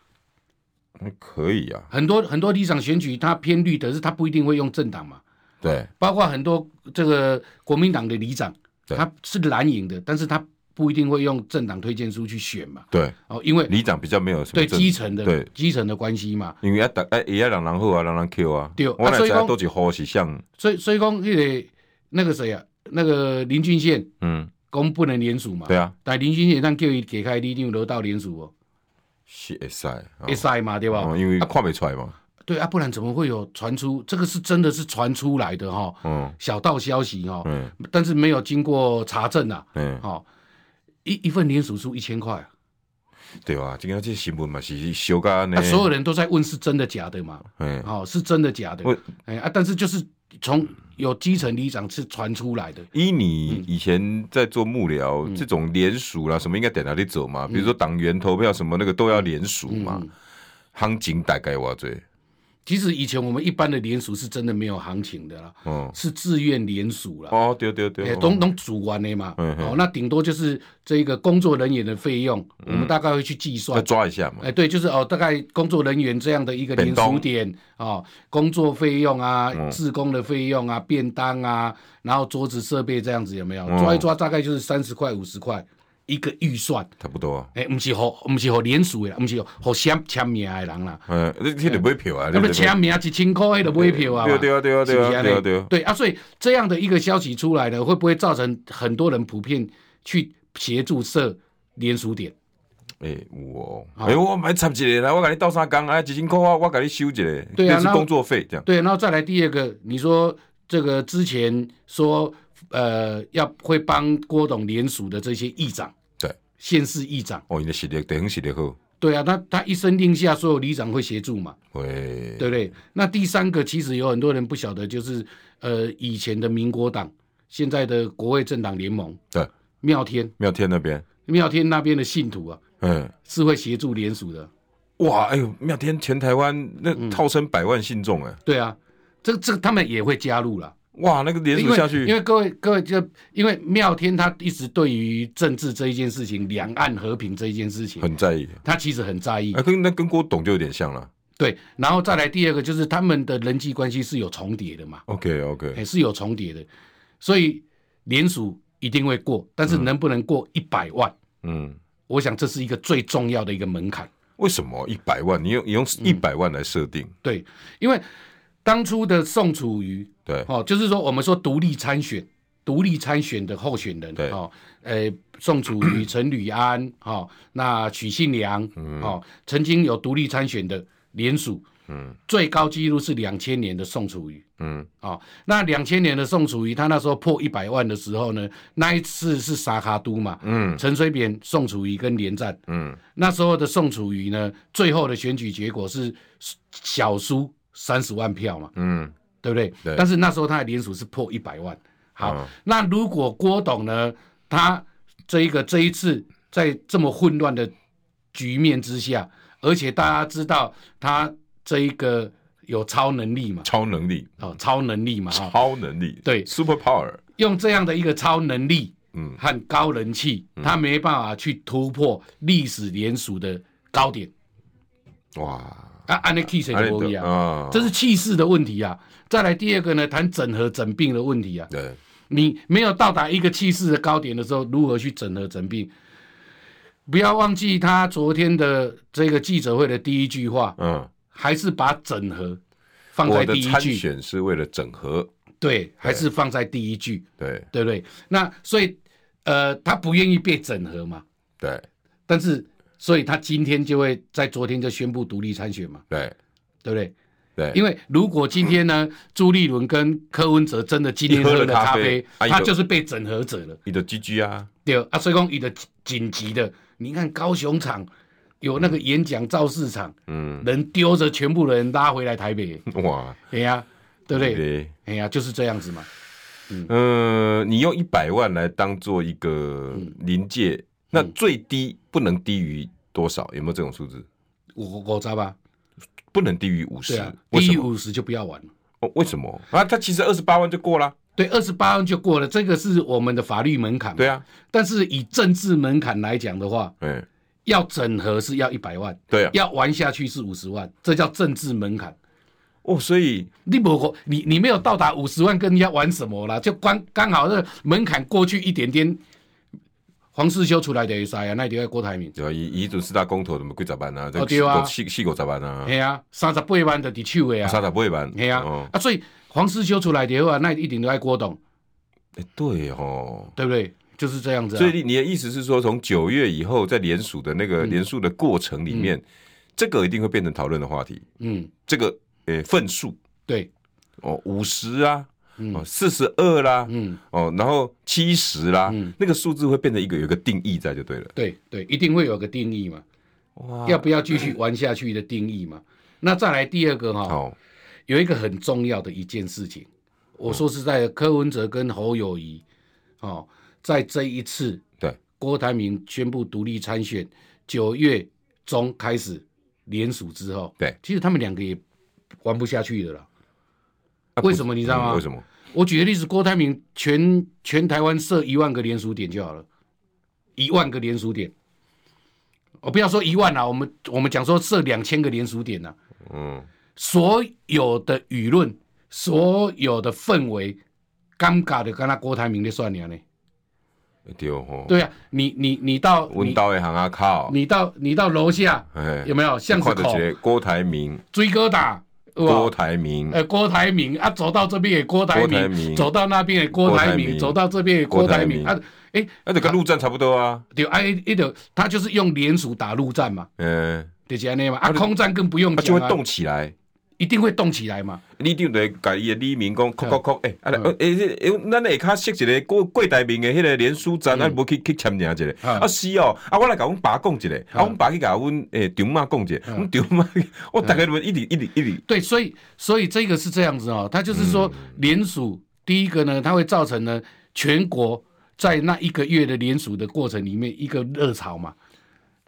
Speaker 1: 嗯可以啊，
Speaker 2: 很多很多里长选举，他偏绿的是他不一定会用政党嘛，
Speaker 1: 对
Speaker 2: 包括很多这个国民党的里长，
Speaker 1: 对
Speaker 2: 他是蓝营的，但是他不一定会用政党推荐书去选嘛，
Speaker 1: 对，
Speaker 2: 哦，因为
Speaker 1: 里长比较没有什么
Speaker 2: 对
Speaker 1: 政
Speaker 2: 基层的
Speaker 1: 对，
Speaker 2: 基层的关系嘛，
Speaker 1: 因为要打哎也要让人好啊，让人 Q 啊，
Speaker 2: 对
Speaker 1: 我
Speaker 2: 啊
Speaker 1: 哪
Speaker 2: 所以
Speaker 1: 知道
Speaker 2: 说
Speaker 1: 都是好是嗯像，
Speaker 2: 所以所以讲那个那个谁啊，那个林俊宪
Speaker 1: 嗯，
Speaker 2: 讲不能联署嘛，
Speaker 1: 对啊，
Speaker 2: 但林俊宪让叫伊解开你有得到联署哦，
Speaker 1: 是会使，哦
Speaker 2: 会啊塞嘛，对吧？
Speaker 1: 哦，因为看不出来嘛，
Speaker 2: 对啊，不然怎么会有传出这个是真的是传出来的哈、
Speaker 1: 嗯
Speaker 2: 小道消息哦，
Speaker 1: 嗯
Speaker 2: 但是没有经过查证啊，
Speaker 1: 嗯，
Speaker 2: 哦，一一份联署书一千块啊，
Speaker 1: 对啊，今天这新闻嘛是小咖呢
Speaker 2: 那、，啊所有人都在问是真的假的嘛，
Speaker 1: 嗯，
Speaker 2: 哦，是真的假的
Speaker 1: 我，
Speaker 2: 哎啊，但是就是从有基层里长是传出来的，
Speaker 1: 依你以前在做幕僚，
Speaker 2: 嗯
Speaker 1: 这种联署啦，什么应该在哪里走嘛？比如说党员投票什么那个都要联署嘛。
Speaker 2: 嗯
Speaker 1: 行情大概多少？
Speaker 2: 其实以前我们一般的联署是真的没有行情的啦，
Speaker 1: 哦
Speaker 2: 是自愿联署啦。
Speaker 1: 哦，对对对
Speaker 2: 啊也，拢拢主完的嘛，
Speaker 1: 嗯
Speaker 2: 哦，那顶多就是这一个工作人员的费用，
Speaker 1: 嗯
Speaker 2: 我们大概会去计
Speaker 1: 再
Speaker 2: 算。
Speaker 1: 抓一下嘛
Speaker 2: 哎、。对，就是哦，大概工作人员这样的一个
Speaker 1: 便
Speaker 2: 联署
Speaker 1: 当
Speaker 2: 点哦，工作费用啊，
Speaker 1: 嗯
Speaker 2: 自工的费用啊，便当啊，然后桌子设备这样子有没有？
Speaker 1: 嗯
Speaker 2: 抓一抓，大概就是三十块五十块一个预算。
Speaker 1: 差不多啊，
Speaker 2: 哎、不是好，不是好联署的啦，不是好签签名的人啦。
Speaker 1: 嗯，你你得买票啊，
Speaker 2: 那
Speaker 1: 你
Speaker 2: 么
Speaker 1: 就
Speaker 2: 签名一千块的买票啊嘛，
Speaker 1: 对啊对啊对啊
Speaker 2: 是
Speaker 1: 对
Speaker 2: 不是
Speaker 1: 啊
Speaker 2: 这样
Speaker 1: 对啊
Speaker 2: 对啊，所以这样的一个消息出来了，会不会造成很多人普遍去协助设联署点？
Speaker 1: 哎，我哎，我买插一个来，我给你倒三缸，哎，几千块啊，我给你收一个，
Speaker 2: 对啊
Speaker 1: 那是
Speaker 2: 那
Speaker 1: 工作费这样。
Speaker 2: 对，然后再来第二个，你说这个之前说呃要会帮郭董联署的这些议长，
Speaker 1: 对，
Speaker 2: 县市议长，
Speaker 1: 哦，你的实力等于实力好，
Speaker 2: 对啊，他他一声令下，所有里长会协助嘛，
Speaker 1: 喂，
Speaker 2: 对不对？那第三个，其实有很多人不晓得，就是呃以前的民国党，现在的国会政党联盟，
Speaker 1: 对，
Speaker 2: 妙天。
Speaker 1: 妙天那边，
Speaker 2: 妙天那边的信徒啊，
Speaker 1: 嗯，
Speaker 2: 是会协助联署的。
Speaker 1: 哇，哎呦，妙天全台湾
Speaker 2: 嗯
Speaker 1: 那号称百万信众，哎，
Speaker 2: 对啊，这这他们也会加入啦。
Speaker 1: 哇，那个联
Speaker 2: 因
Speaker 1: 署
Speaker 2: 为
Speaker 1: 下去，
Speaker 2: 因为各位各位就因为妙天他一直对于政治这一件事情、两岸和平这一件事情，
Speaker 1: 很在意。
Speaker 2: 他其实很在意。
Speaker 1: 啊，跟那跟郭董就有点像了。
Speaker 2: 对，然后再来第二个就是他们的人际关系是有重叠的嘛，
Speaker 1: OK OK，
Speaker 2: 也是有重叠的，所以联署一定会过，但是能不能过一百万，
Speaker 1: 嗯，
Speaker 2: 我想这是一个最重要的一个门槛。
Speaker 1: 为什么一百万？你用你用
Speaker 2: 嗯
Speaker 1: 一百万来设定，
Speaker 2: 对，因为当初的宋楚瑜，
Speaker 1: 对
Speaker 2: 哦，就是说我们说独立参选， 独立参选的候选人，
Speaker 1: 对
Speaker 2: 哦，呃，宋楚瑜、陈履安， 哦，那许信良，哦，曾经有独立参选的联署，嗯，最高纪录是两千年的宋楚瑜，
Speaker 1: 嗯，
Speaker 2: 哦，那两千年的宋楚瑜，他那时候破一百万的时候呢，那一次是沙卡都嘛，嗯，陈水扁、宋楚瑜跟连战，
Speaker 1: 嗯，
Speaker 2: 那时候的宋楚瑜呢，最后的选举结果是小输三十万票嘛，
Speaker 1: 嗯，
Speaker 2: 对不对？
Speaker 1: 对
Speaker 2: 但是那时候他的联署是破一百万。好，
Speaker 1: 嗯
Speaker 2: 那如果郭董呢，他这一个这一次在这么混乱的局面之下，而且大家知道他这一个有超能力嘛，
Speaker 1: 超能力，
Speaker 2: 哦，超能力嘛，哈，
Speaker 1: 超能力，
Speaker 2: 对
Speaker 1: ，super power，
Speaker 2: 用这样的一个超能力，
Speaker 1: 嗯
Speaker 2: 和高人气，他没办法去突破历史联署的高点。
Speaker 1: 哇，
Speaker 2: 啊，安内气势
Speaker 1: 安
Speaker 2: 就
Speaker 1: 利
Speaker 2: 不一样
Speaker 1: 德啊
Speaker 2: 这是气势的问题啊。再来第二个呢，谈整合整并的问题啊。
Speaker 1: 对，
Speaker 2: 你没有到达一个气势的高点的时候，如何去整合整并？不要忘记他昨天的这个记者会的第一句话，
Speaker 1: 嗯，
Speaker 2: 还是把整合放
Speaker 1: 我
Speaker 2: 在
Speaker 1: 的
Speaker 2: 第一
Speaker 1: 参
Speaker 2: 句，
Speaker 1: 选是为了整合，
Speaker 2: 对，还是放在第一句，
Speaker 1: 对
Speaker 2: 对不对？那所以，呃，他不愿意被整合嘛，
Speaker 1: 对
Speaker 2: 但是，所以他今天就会在昨天就宣布独立参选嘛，
Speaker 1: 对
Speaker 2: 对不对？
Speaker 1: 对，
Speaker 2: 因为如果今天呢，朱立伦跟柯文哲真的今天
Speaker 1: 喝
Speaker 2: 喝
Speaker 1: 了
Speaker 2: 了
Speaker 1: 咖
Speaker 2: 咖
Speaker 1: 啡
Speaker 2: 啡，
Speaker 1: 啊
Speaker 2: 他
Speaker 1: 有
Speaker 2: 就是被整合者了，
Speaker 1: 你的 GG 啊，
Speaker 2: 对啊，所以讲伊的紧急的，你看高雄场有那个演讲造势场，
Speaker 1: 嗯，
Speaker 2: 人丢着全部人拉回来台北，
Speaker 1: 哇，
Speaker 2: 哎呀、对不对？
Speaker 1: 对，
Speaker 2: 哎呀、就是这样子嘛，
Speaker 1: 嗯，你用一百万来当做一个
Speaker 2: 嗯
Speaker 1: 临界，那最低不能低于多少？有没有这种数字？
Speaker 2: 我我知道吧，
Speaker 1: 不能低于五十
Speaker 2: 对啊，，
Speaker 1: 为
Speaker 2: 低
Speaker 1: 什
Speaker 2: 于
Speaker 1: 么？
Speaker 2: 五十就不要玩了。
Speaker 1: 哦，为什么啊？他其实二十八万就过了，
Speaker 2: 对，二十八万就过了，这个是我们的法律门槛。
Speaker 1: 对，啊，
Speaker 2: 但是以政治门槛来讲的话，
Speaker 1: 嗯，
Speaker 2: 要整合是要一百万，
Speaker 1: 对啊，
Speaker 2: 要玩下去是五十万，这叫政治门槛。
Speaker 1: 哦，所以
Speaker 2: 你不过你你没有到达五十万，跟人家玩什么啦？就刚刚好这门槛过去一点点，黄世修出来的啥呀？那条郭台铭，
Speaker 1: 对啊，以以准四大公投怎么贵咋办呢？这
Speaker 2: 哦对啊
Speaker 1: 细细狗咋办哦呢？
Speaker 2: 嘿啊，三十八万就伫手的
Speaker 1: 沙
Speaker 2: 啊，
Speaker 1: 塔不会办，
Speaker 2: 嘿啊
Speaker 1: 哦，，
Speaker 2: 啊所以黄世修出来的话，那一定都爱郭董，
Speaker 1: 哎，对哦。
Speaker 2: 对不对？就是这样子、啊。
Speaker 1: 所以你你的意思是说，从九月以后，在联署的那个
Speaker 2: 嗯
Speaker 1: 联署的过程里面，这个一定会变成讨论的话题。
Speaker 2: 嗯，
Speaker 1: 这个呃份数
Speaker 2: 对，
Speaker 1: 哦，五十啊，哦四十二啦，
Speaker 2: 嗯
Speaker 1: 哦，然后七十啦，那个数字会变成一个有一个定义在就对了。
Speaker 2: 对对，一定会有个定义嘛，
Speaker 1: 哇，
Speaker 2: 要不要继续玩下去的定义嘛。那再来第二个哈、
Speaker 1: 好，
Speaker 2: 有一个很重要的一件事情，我说实在的，柯文哲跟侯友谊，哦，在这一次
Speaker 1: 对，
Speaker 2: 郭台铭宣布独立参选，九月中开始联署之后，
Speaker 1: 对
Speaker 2: 其实他们两个也玩不下去的了啦。
Speaker 1: 啊
Speaker 2: 为什么你知道吗
Speaker 1: 嗯为什么？
Speaker 2: 我举个例子，郭台铭全全台湾设一万个联署点就好了，一万个联署点。我不要说一万啦、我们我们讲说设两千个联署点呐、
Speaker 1: 嗯，
Speaker 2: 所有的舆论，所有的氛围，尴尬的跟他郭台铭的算了呢。
Speaker 1: 对哦，
Speaker 2: 对啊，你你你到
Speaker 1: 温
Speaker 2: 你
Speaker 1: 刀一行啊靠，
Speaker 2: 你到你到楼下
Speaker 1: 哎
Speaker 2: 有没有巷子
Speaker 1: 看得
Speaker 2: 口
Speaker 1: 起郭台铭，
Speaker 2: 追哥打？有没有
Speaker 1: 郭台铭，
Speaker 2: 呃，郭台铭啊，走到这边也郭台
Speaker 1: 郭台铭
Speaker 2: 铭，走到那边也郭台
Speaker 1: 郭台
Speaker 2: 铭，
Speaker 1: 铭
Speaker 2: 走到这边也郭台铭
Speaker 1: 郭台
Speaker 2: 啊，哎、
Speaker 1: 那这跟陆战差不多啊，
Speaker 2: 对，啊，一的他就是用联署打陆战嘛，
Speaker 1: 嗯，
Speaker 2: 就是安尼嘛，啊，空战更不用
Speaker 1: 他就
Speaker 2: 讲、啊，
Speaker 1: 会动起来。
Speaker 2: 一定会动起来嘛，
Speaker 1: 你就得改伊的李明讲，哭哭哭，诶，啊来，诶，诶，咱下骹设一个过柜台面的迄个连书站，咱无去去签名一个，啊是哦，啊我来甲阮爸讲一个，啊阮爸去甲阮诶丈妈讲一个，阮丈妈， 我大概一直一直一直，
Speaker 2: 对，所以所以这个是这样子哦，他就是说
Speaker 1: 嗯
Speaker 2: 联署，第一个呢，它会造成呢全国在那一个月的联署的过程里面一个热潮嘛。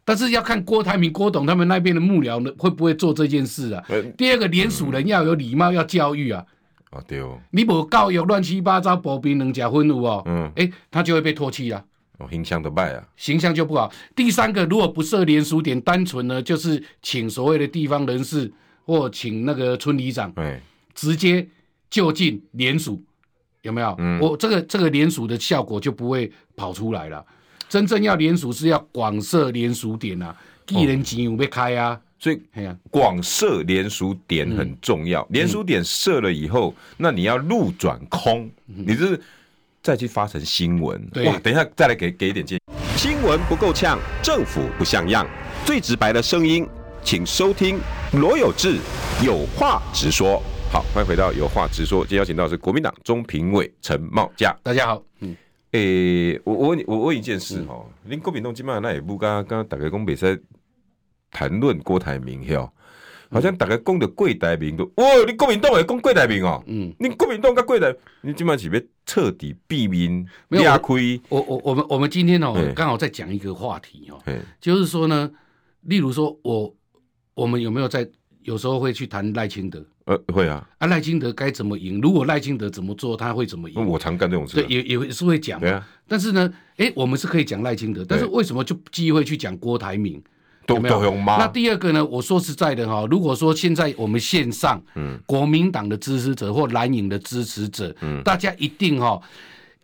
Speaker 2: 但是要看郭台铭、郭董他们那边的幕僚呢，会不会做这件事啊
Speaker 1: 呃？
Speaker 2: 第二个，联署人要有礼貌，要教育啊。
Speaker 1: 啊对，哦，
Speaker 2: 你不教育乱七八糟，薄冰能假婚有哦，
Speaker 1: 嗯，
Speaker 2: 哎，他就会被唾弃啊。
Speaker 1: 形象都歹啊，
Speaker 2: 形象就不好。第三个，如果不设联署点，单纯呢就是请所谓的地方人士或请那个村里长
Speaker 1: 诶，
Speaker 2: 直接就近联署，有没有？我这个这个联署的效果就不会跑出来了。真正要联署是要广设联署点啊，一人仅有被开啊，
Speaker 1: 所以
Speaker 2: 哎呀、
Speaker 1: 广设联署点很重要，联署点设了以后，那你要路转空，你就是再去发成新闻。
Speaker 2: 对
Speaker 1: 哇，等一下再来给给一点建议。
Speaker 3: 新闻不够呛，政府不像样，最直白的声音，请收听罗有志有话直说。
Speaker 1: 好，欢迎回到有话直说，今天邀请到的是国民党中评委陈茂佳。
Speaker 2: 大家好，嗯，
Speaker 1: 诶、我我问你，我问一件事哈，恁、国民党今麦那也不刚刚大家讲比赛谈论郭台铭哟，好
Speaker 2: 嗯
Speaker 1: 像大家讲的郭台铭都，哇，你国民党也讲郭台铭哦，嗯，你国民党跟郭台，你今麦是要彻底避免
Speaker 2: 没有
Speaker 1: 压亏，
Speaker 2: 我我我们我们今天哦
Speaker 1: 对，
Speaker 2: 刚好在讲一个话题哦，
Speaker 1: 嘿，
Speaker 2: 就是说呢，例如说我我们有没有在有时候会去谈赖清德
Speaker 1: 呃，会啊，
Speaker 2: 啊？赖清德该怎么赢？如果赖清德怎么做，他会怎么
Speaker 1: 那
Speaker 2: 赢？
Speaker 1: 我常干这种事
Speaker 2: 对，
Speaker 1: 啊、
Speaker 2: 也也会是会讲嘛
Speaker 1: 对。啊，
Speaker 2: 但是呢，诶，我们是可以讲赖清德，但是
Speaker 1: 对
Speaker 2: 为什么就忌讳去讲郭台铭？
Speaker 1: 都
Speaker 2: 有没有
Speaker 1: 都用妈
Speaker 2: 那，第二个呢？我说实在的哈、如果说现在我们线上，国民党的支持者或蓝营的支持者，大家一定哈、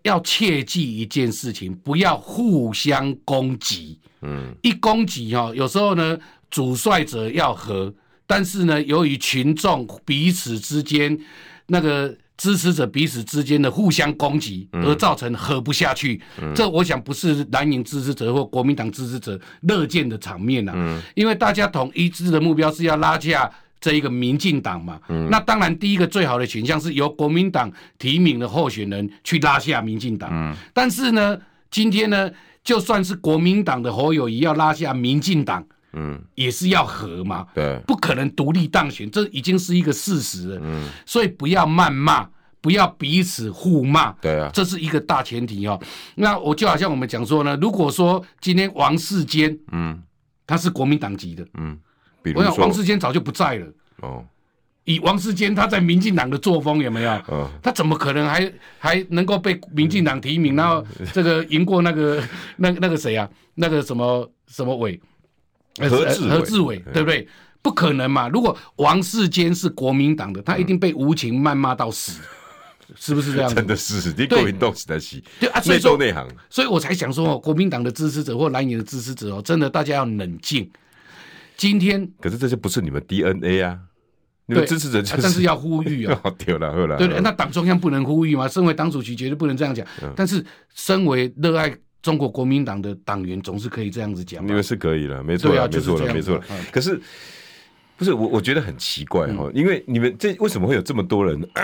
Speaker 2: 要切记一件事情，不要互相攻击。嗯，一攻击哈、有时候呢，主帅者要和，但是呢，由于群众彼此之间那个。支持者彼此之间的互相攻击，而造成和不下去，这我想不是蓝营支持者或国民党支持者乐见的场面呐、因为大家统一致的目标是要拉下这一个民进党嘛。那当然，第一个最好的选项是由国民党提名的候选人去拉下民进党。但是呢，今天呢，就算是国民党的侯友谊要拉下民进党，
Speaker 1: 嗯，
Speaker 2: 也是要和嘛。
Speaker 1: 对，
Speaker 2: 不可能独立当选，这已经是一个事实了。
Speaker 1: 嗯
Speaker 2: 所以不要谩骂，不要彼此互骂。
Speaker 1: 对啊
Speaker 2: 这是一个大前提哦。那我就好像我们讲说呢，如果说今天王世坚
Speaker 1: 嗯
Speaker 2: 他是国民党籍的，
Speaker 1: 嗯，比如
Speaker 2: 我想
Speaker 1: 说
Speaker 2: 王世坚早就不在了。
Speaker 1: 哦，
Speaker 2: 以王世坚他在民进党的作风有没有？
Speaker 1: 嗯
Speaker 2: 他怎么可能还还能够被民进党提名，然后这个赢过那个 那那个谁啊，那个什么什么伟，呃
Speaker 1: 何
Speaker 2: 呃
Speaker 1: 志伟
Speaker 2: 何志伟，对不对？不可能嘛！如果王世坚是国民党的，他一定被无情谩骂 到死，是不是这样子
Speaker 1: 真？的是你国民党实在是
Speaker 2: 对啊，所以
Speaker 1: 内
Speaker 2: 说
Speaker 1: 斗内行，
Speaker 2: 所以我才想说哦，国民党的支持者或蓝营的支持者哦，真的大家要冷静。今天
Speaker 1: 可是这些不是你们 DNA 啊，你们
Speaker 2: 对
Speaker 1: 支持者
Speaker 2: 啊
Speaker 1: 就
Speaker 2: 但是
Speaker 1: 是
Speaker 2: 要呼吁啊，
Speaker 1: 哦，丢了，喝了，
Speaker 2: 对对，那党中央不能呼吁吗？身为党主席绝对不能这样讲。
Speaker 1: 嗯
Speaker 2: 但是，身为热爱中国国民党的党员，总是可以这样子讲
Speaker 1: 你
Speaker 2: 吧。
Speaker 1: 们是可以了，没错
Speaker 2: 啊对
Speaker 1: 了，
Speaker 2: 啊
Speaker 1: 没
Speaker 2: 就是
Speaker 1: 错
Speaker 2: 这
Speaker 1: 了，
Speaker 2: 样
Speaker 1: 没错了
Speaker 2: 子啊。嗯
Speaker 1: 可是不是我，我觉得很奇怪哈、因为你们这为什么会有这么多人？呃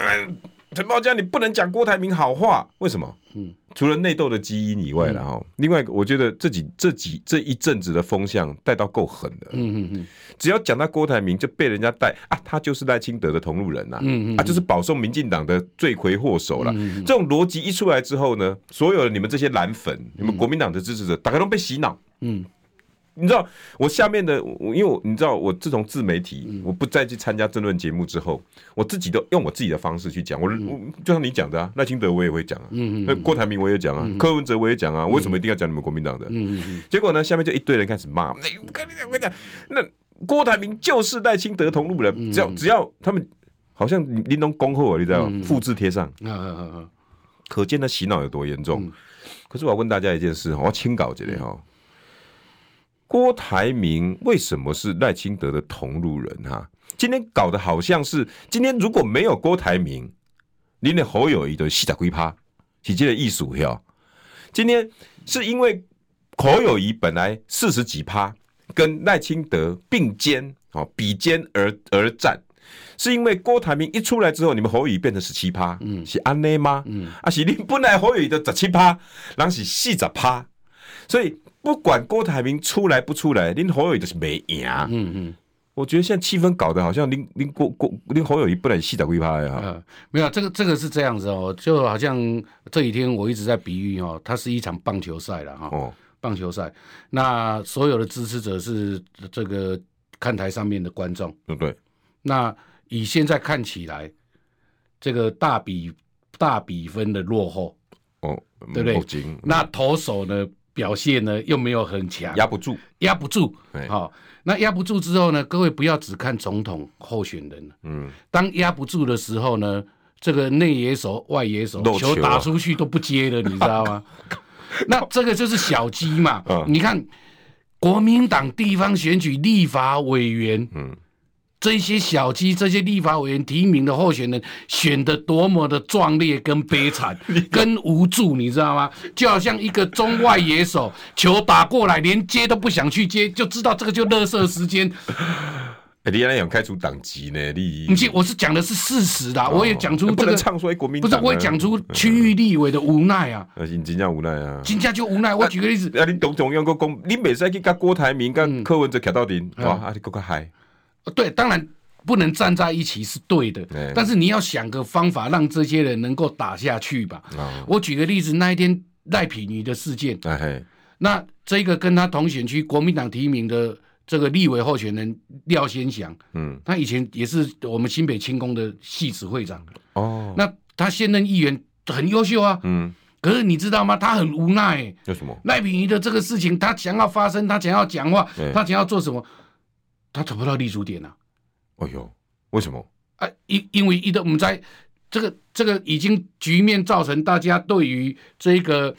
Speaker 1: 陈茂佳，你不能讲郭台铭好话，为什么？嗯，除了内斗的基因以外
Speaker 2: 嗯
Speaker 1: 了哈、另外一个，我觉得这几这几这一阵子的风向带到够狠的，
Speaker 2: 嗯嗯嗯，
Speaker 1: 只要讲到郭台铭，就被人家带啊，他就是赖清德的同路人呐、啊，
Speaker 2: 嗯嗯嗯嗯
Speaker 1: 啊，就是保送民进党的罪魁祸首了。这种逻辑一出来之后呢，所有的你们这些蓝粉，你们国民党的支持者，大概都被洗脑。
Speaker 2: 嗯，
Speaker 1: 你知道我下面的，我因为我你知道我自从自媒体，
Speaker 2: 嗯
Speaker 1: 我不再去参加政论节目之后，我自己都用我自己的方式去讲。我、我就像你讲的啊，赖清德我也会讲啊，
Speaker 2: 嗯
Speaker 1: 那郭台铭我也讲啊，柯文哲我也讲啊，为什么一定要讲你们国民党的？
Speaker 2: 嗯
Speaker 1: 结果呢，下面就一堆人开始骂，那我跟你讲，我跟你讲，那郭台铭就是赖清德同路
Speaker 2: 嗯
Speaker 1: 人，只要只要他们好像林东恭候啊，你知道吗？复制贴上，
Speaker 2: 啊啊啊啊！
Speaker 1: 可见他洗脑有多严重。可是我要问大家一件事，哦我要清搞这里哈。郭台铭为什么是赖清德的同路人哈、今天搞得好像是今天如果没有郭台铭，你的侯友谊的戏打龟趴，是这个艺术哟。今天是因为侯友谊本来四十几趴，跟赖清德并肩哦，比肩而而战，是因为郭台铭一出来之后，你们侯友谊变成十七趴，嗯，是安内吗？嗯，啊，是你本来侯友谊的十七趴，然后是四十趴，所以不管郭台铭出来不出来，恁侯友谊就是没赢。
Speaker 2: 嗯嗯
Speaker 1: 我觉得现在气氛搞得好像恁恁郭郭恁侯友谊本来是四十几趴呀，
Speaker 2: 啊，没有这个这个是这样子哦，就好像这几天我一直在比喻哦，它是一场棒球赛了哈。
Speaker 1: 哦，
Speaker 2: 棒球赛，那所有的支持者是这个看台上面的观众。
Speaker 1: 对不对？
Speaker 2: 那以现在看起来，这个大比大比分的落后，
Speaker 1: 哦，
Speaker 2: 对不对
Speaker 1: 目前
Speaker 2: 那投手呢表现呢又没有很强，
Speaker 1: 压不住，
Speaker 2: 压不住
Speaker 1: 对。
Speaker 2: 好、那压不住之后呢，各位不要只看总统候选人。
Speaker 1: 嗯，
Speaker 2: 当压不住的时候呢，这个内野手、外野手
Speaker 1: 漏球
Speaker 2: 球
Speaker 1: 啊
Speaker 2: 打出去都不 接了，你知道吗？那这个就是小鸡嘛。
Speaker 1: 嗯
Speaker 2: 你看，国民党地方选举立法委员，
Speaker 1: 嗯
Speaker 2: 这些小鸡、这些立法委员提名的候选人选的多么的壮烈、跟 悲惨、跟无助，你知道吗？就好像一个中外野手，球打过来连接都不想去接，就知道这个就垃圾时间。
Speaker 1: 哎李安勇开除党籍呢，你
Speaker 2: 你我是讲的是事实啦，我也讲出
Speaker 1: 哦不
Speaker 2: 这
Speaker 1: 能
Speaker 2: 个，
Speaker 1: 唱衰国民
Speaker 2: 不
Speaker 1: 党
Speaker 2: 是
Speaker 1: 啊，
Speaker 2: 我也讲出区域立委的无奈啊，
Speaker 1: 呃，你真正无奈啊。
Speaker 2: 金价就无奈。我举个例子，
Speaker 1: 啊，你董总用个公，你每次去跟郭台铭、
Speaker 2: 嗯
Speaker 1: 跟柯文哲徛到底，哇，啊，你够个嗨，
Speaker 2: 对，当然不能站在一起是对的
Speaker 1: 哎，
Speaker 2: 但是你要想个方法让这些人能够打下去吧。
Speaker 1: 啊，
Speaker 2: 我举个例子，那一天赖品妤的事件，
Speaker 1: 哎嘿，
Speaker 2: 那这个跟他同选区国民党提名的这个立委候选人廖先祥，
Speaker 1: 嗯，
Speaker 2: 他以前也是我们新北轻工的系指会长，
Speaker 1: 哦，
Speaker 2: 那他现任议员很优秀啊，
Speaker 1: 嗯，
Speaker 2: 可是你知道吗？他很无奈欸、
Speaker 1: 有什么？
Speaker 2: 赖品妤的这个事情，他想要发生，他想要讲话
Speaker 1: 对，
Speaker 2: 他想要做什么，他找不到立足点啊！
Speaker 1: 哎呦，为什么？
Speaker 2: 啊，因因为一的我们在这个这个已经局面造成大家对于这个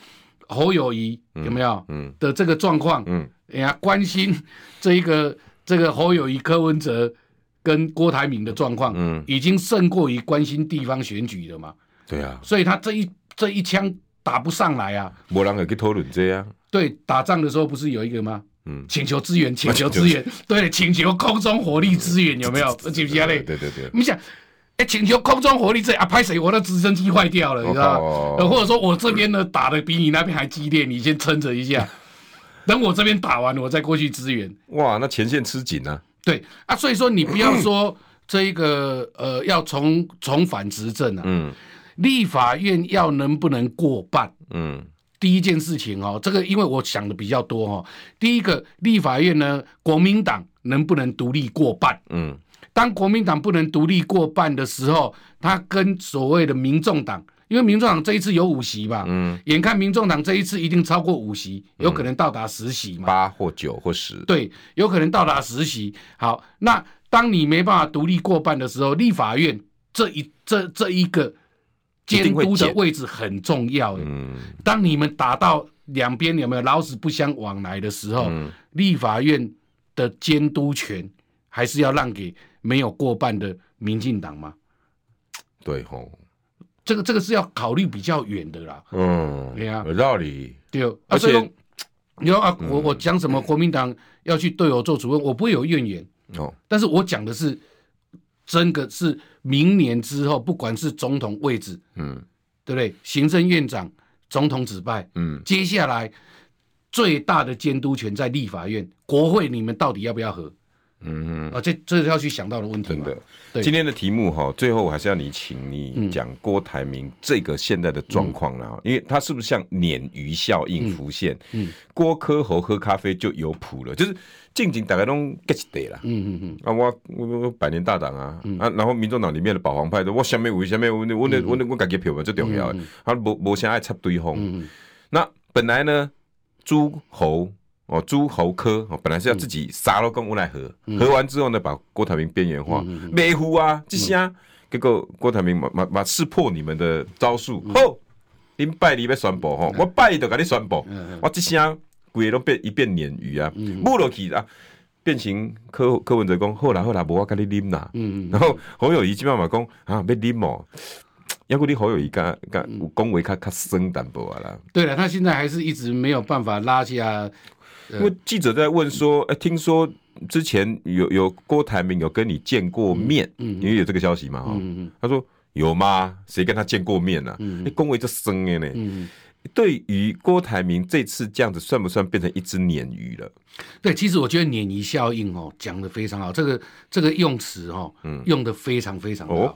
Speaker 2: 侯友谊有没有、
Speaker 1: 嗯
Speaker 2: 的这个状况，
Speaker 1: 嗯，
Speaker 2: 哎呀，关心这一个这个侯友谊、柯文哲跟郭台铭的状况，
Speaker 1: 嗯
Speaker 2: 已经胜过于关心地方选举了嘛，
Speaker 1: 对啊，
Speaker 2: 所以他这一这一枪打不上来啊。
Speaker 1: 没人会去讨论这啊样，
Speaker 2: 对，打仗的时候不是有一个吗？
Speaker 1: 嗯，
Speaker 2: 请求支 援，请求支援，对，请求空中火力支援，有没有？记不啊记得嘞？
Speaker 1: 对对对，
Speaker 2: 你想，哎，请求空中火力支援啊，拍谁？我的直升机坏掉了，你知道吗？
Speaker 1: 哦
Speaker 2: 呃或者说我这边呢打的比你那边还激烈，你先撑着一 下，等我这边打完了，我再过去支援。
Speaker 1: 哇，那前线吃紧啊，
Speaker 2: 对啊，所以说你不要 说这一个呃要重重返执政啊，
Speaker 1: 嗯
Speaker 2: 立法院要能不能过半？
Speaker 1: 嗯
Speaker 2: 第一件事情哦，这个因为我想的比较多哦。第一个，立法院呢，国民党能不能独立过半？
Speaker 1: 嗯，
Speaker 2: 当国民党不能独立过半的时候，他跟所谓的民众党，因为民众党这一次有五席吧，
Speaker 1: 嗯，
Speaker 2: 眼看民众党这一次一定超过五席，有可能到达十席嘛，
Speaker 1: 八或九或十，
Speaker 2: 对，有可能到达十席。好，那当你没办法独立过半的时候，立法院这一这这一个
Speaker 1: 一定
Speaker 2: 监
Speaker 1: 会
Speaker 2: 督的
Speaker 1: 减
Speaker 2: 位置很重要，嗯
Speaker 1: 嗯
Speaker 2: 当你们打到两边有没有老死不相往来的时候，
Speaker 1: 嗯
Speaker 2: 立法院的监督权还是要让给没有过半的民进党吗？
Speaker 1: 对吼，
Speaker 2: 这个这个是要考虑比较远的啦，
Speaker 1: 嗯，
Speaker 2: 对啊
Speaker 1: 有道理，
Speaker 2: 对哦，
Speaker 1: 而
Speaker 2: 啊、
Speaker 1: 且嗯
Speaker 2: 所以说你说啊，我我讲什么国民党要去对我做主任，我不会有怨言，
Speaker 1: 哦，
Speaker 2: 但是我讲的是真的是明年之后，不管是总统位置，
Speaker 1: 嗯
Speaker 2: 对不对？行政院长、总统指派，
Speaker 1: 嗯
Speaker 2: 接下来最大的监督权在立法院、国会，你们到底要不要和？
Speaker 1: 嗯，
Speaker 2: 啊，这这是要去想到的问题
Speaker 1: 真
Speaker 2: 嘛。
Speaker 1: 的。
Speaker 2: 对
Speaker 1: 今天的题目哈，最后我还是要你请你讲郭台铭这个现在的状况
Speaker 2: 嗯
Speaker 1: 啦，因为他是不是像鲶鱼效应浮现？嗯，郭柯侯喝咖啡就有谱了，就是近景大概都 get 得啦。
Speaker 2: 嗯嗯嗯，
Speaker 1: 啊，我我我我百年大党啊，啊，然后民众党里面的保皇派的，我下面为下面我我我我我感觉票嘛最重要的，啊，无无啥爱插对方。那本来呢，诸侯哦，诸侯科哦，本来是要自己杀了跟无奈和，和完之后呢，把郭台铭边缘化，没糊啊，这些啊，结果郭台铭嘛嘛嘛识破你们的招数，吼，恁拜你要宣布吼，我拜就给你宣布，我这些啊鬼都变一变鲶鱼啊，木落去啊。变成柯柯文哲讲，好啦好啦，无我跟你啉啦。嗯嗯。然后侯友谊基本上讲啊，要啉哦，要不你侯友谊甲甲
Speaker 2: 嗯
Speaker 1: 有讲话较较酸淡薄啊啦。
Speaker 2: 对了，他现在还是一直没有办法拉下，嗯
Speaker 1: 因为记者在问说，哎、听说之前有有郭台铭有跟你见过面，
Speaker 2: 嗯
Speaker 1: 因为有这个消息嘛，哈、他说有吗？谁跟他见过面啊？
Speaker 2: 嗯
Speaker 1: 你恭维这生的呢？对于郭台铭这次这样子，算不算变成一只鲶鱼了？
Speaker 2: 对，其实我觉得鲶鱼效应哦，讲的非常好，这个这个用词哦，用的非常非常的好。
Speaker 1: 嗯哦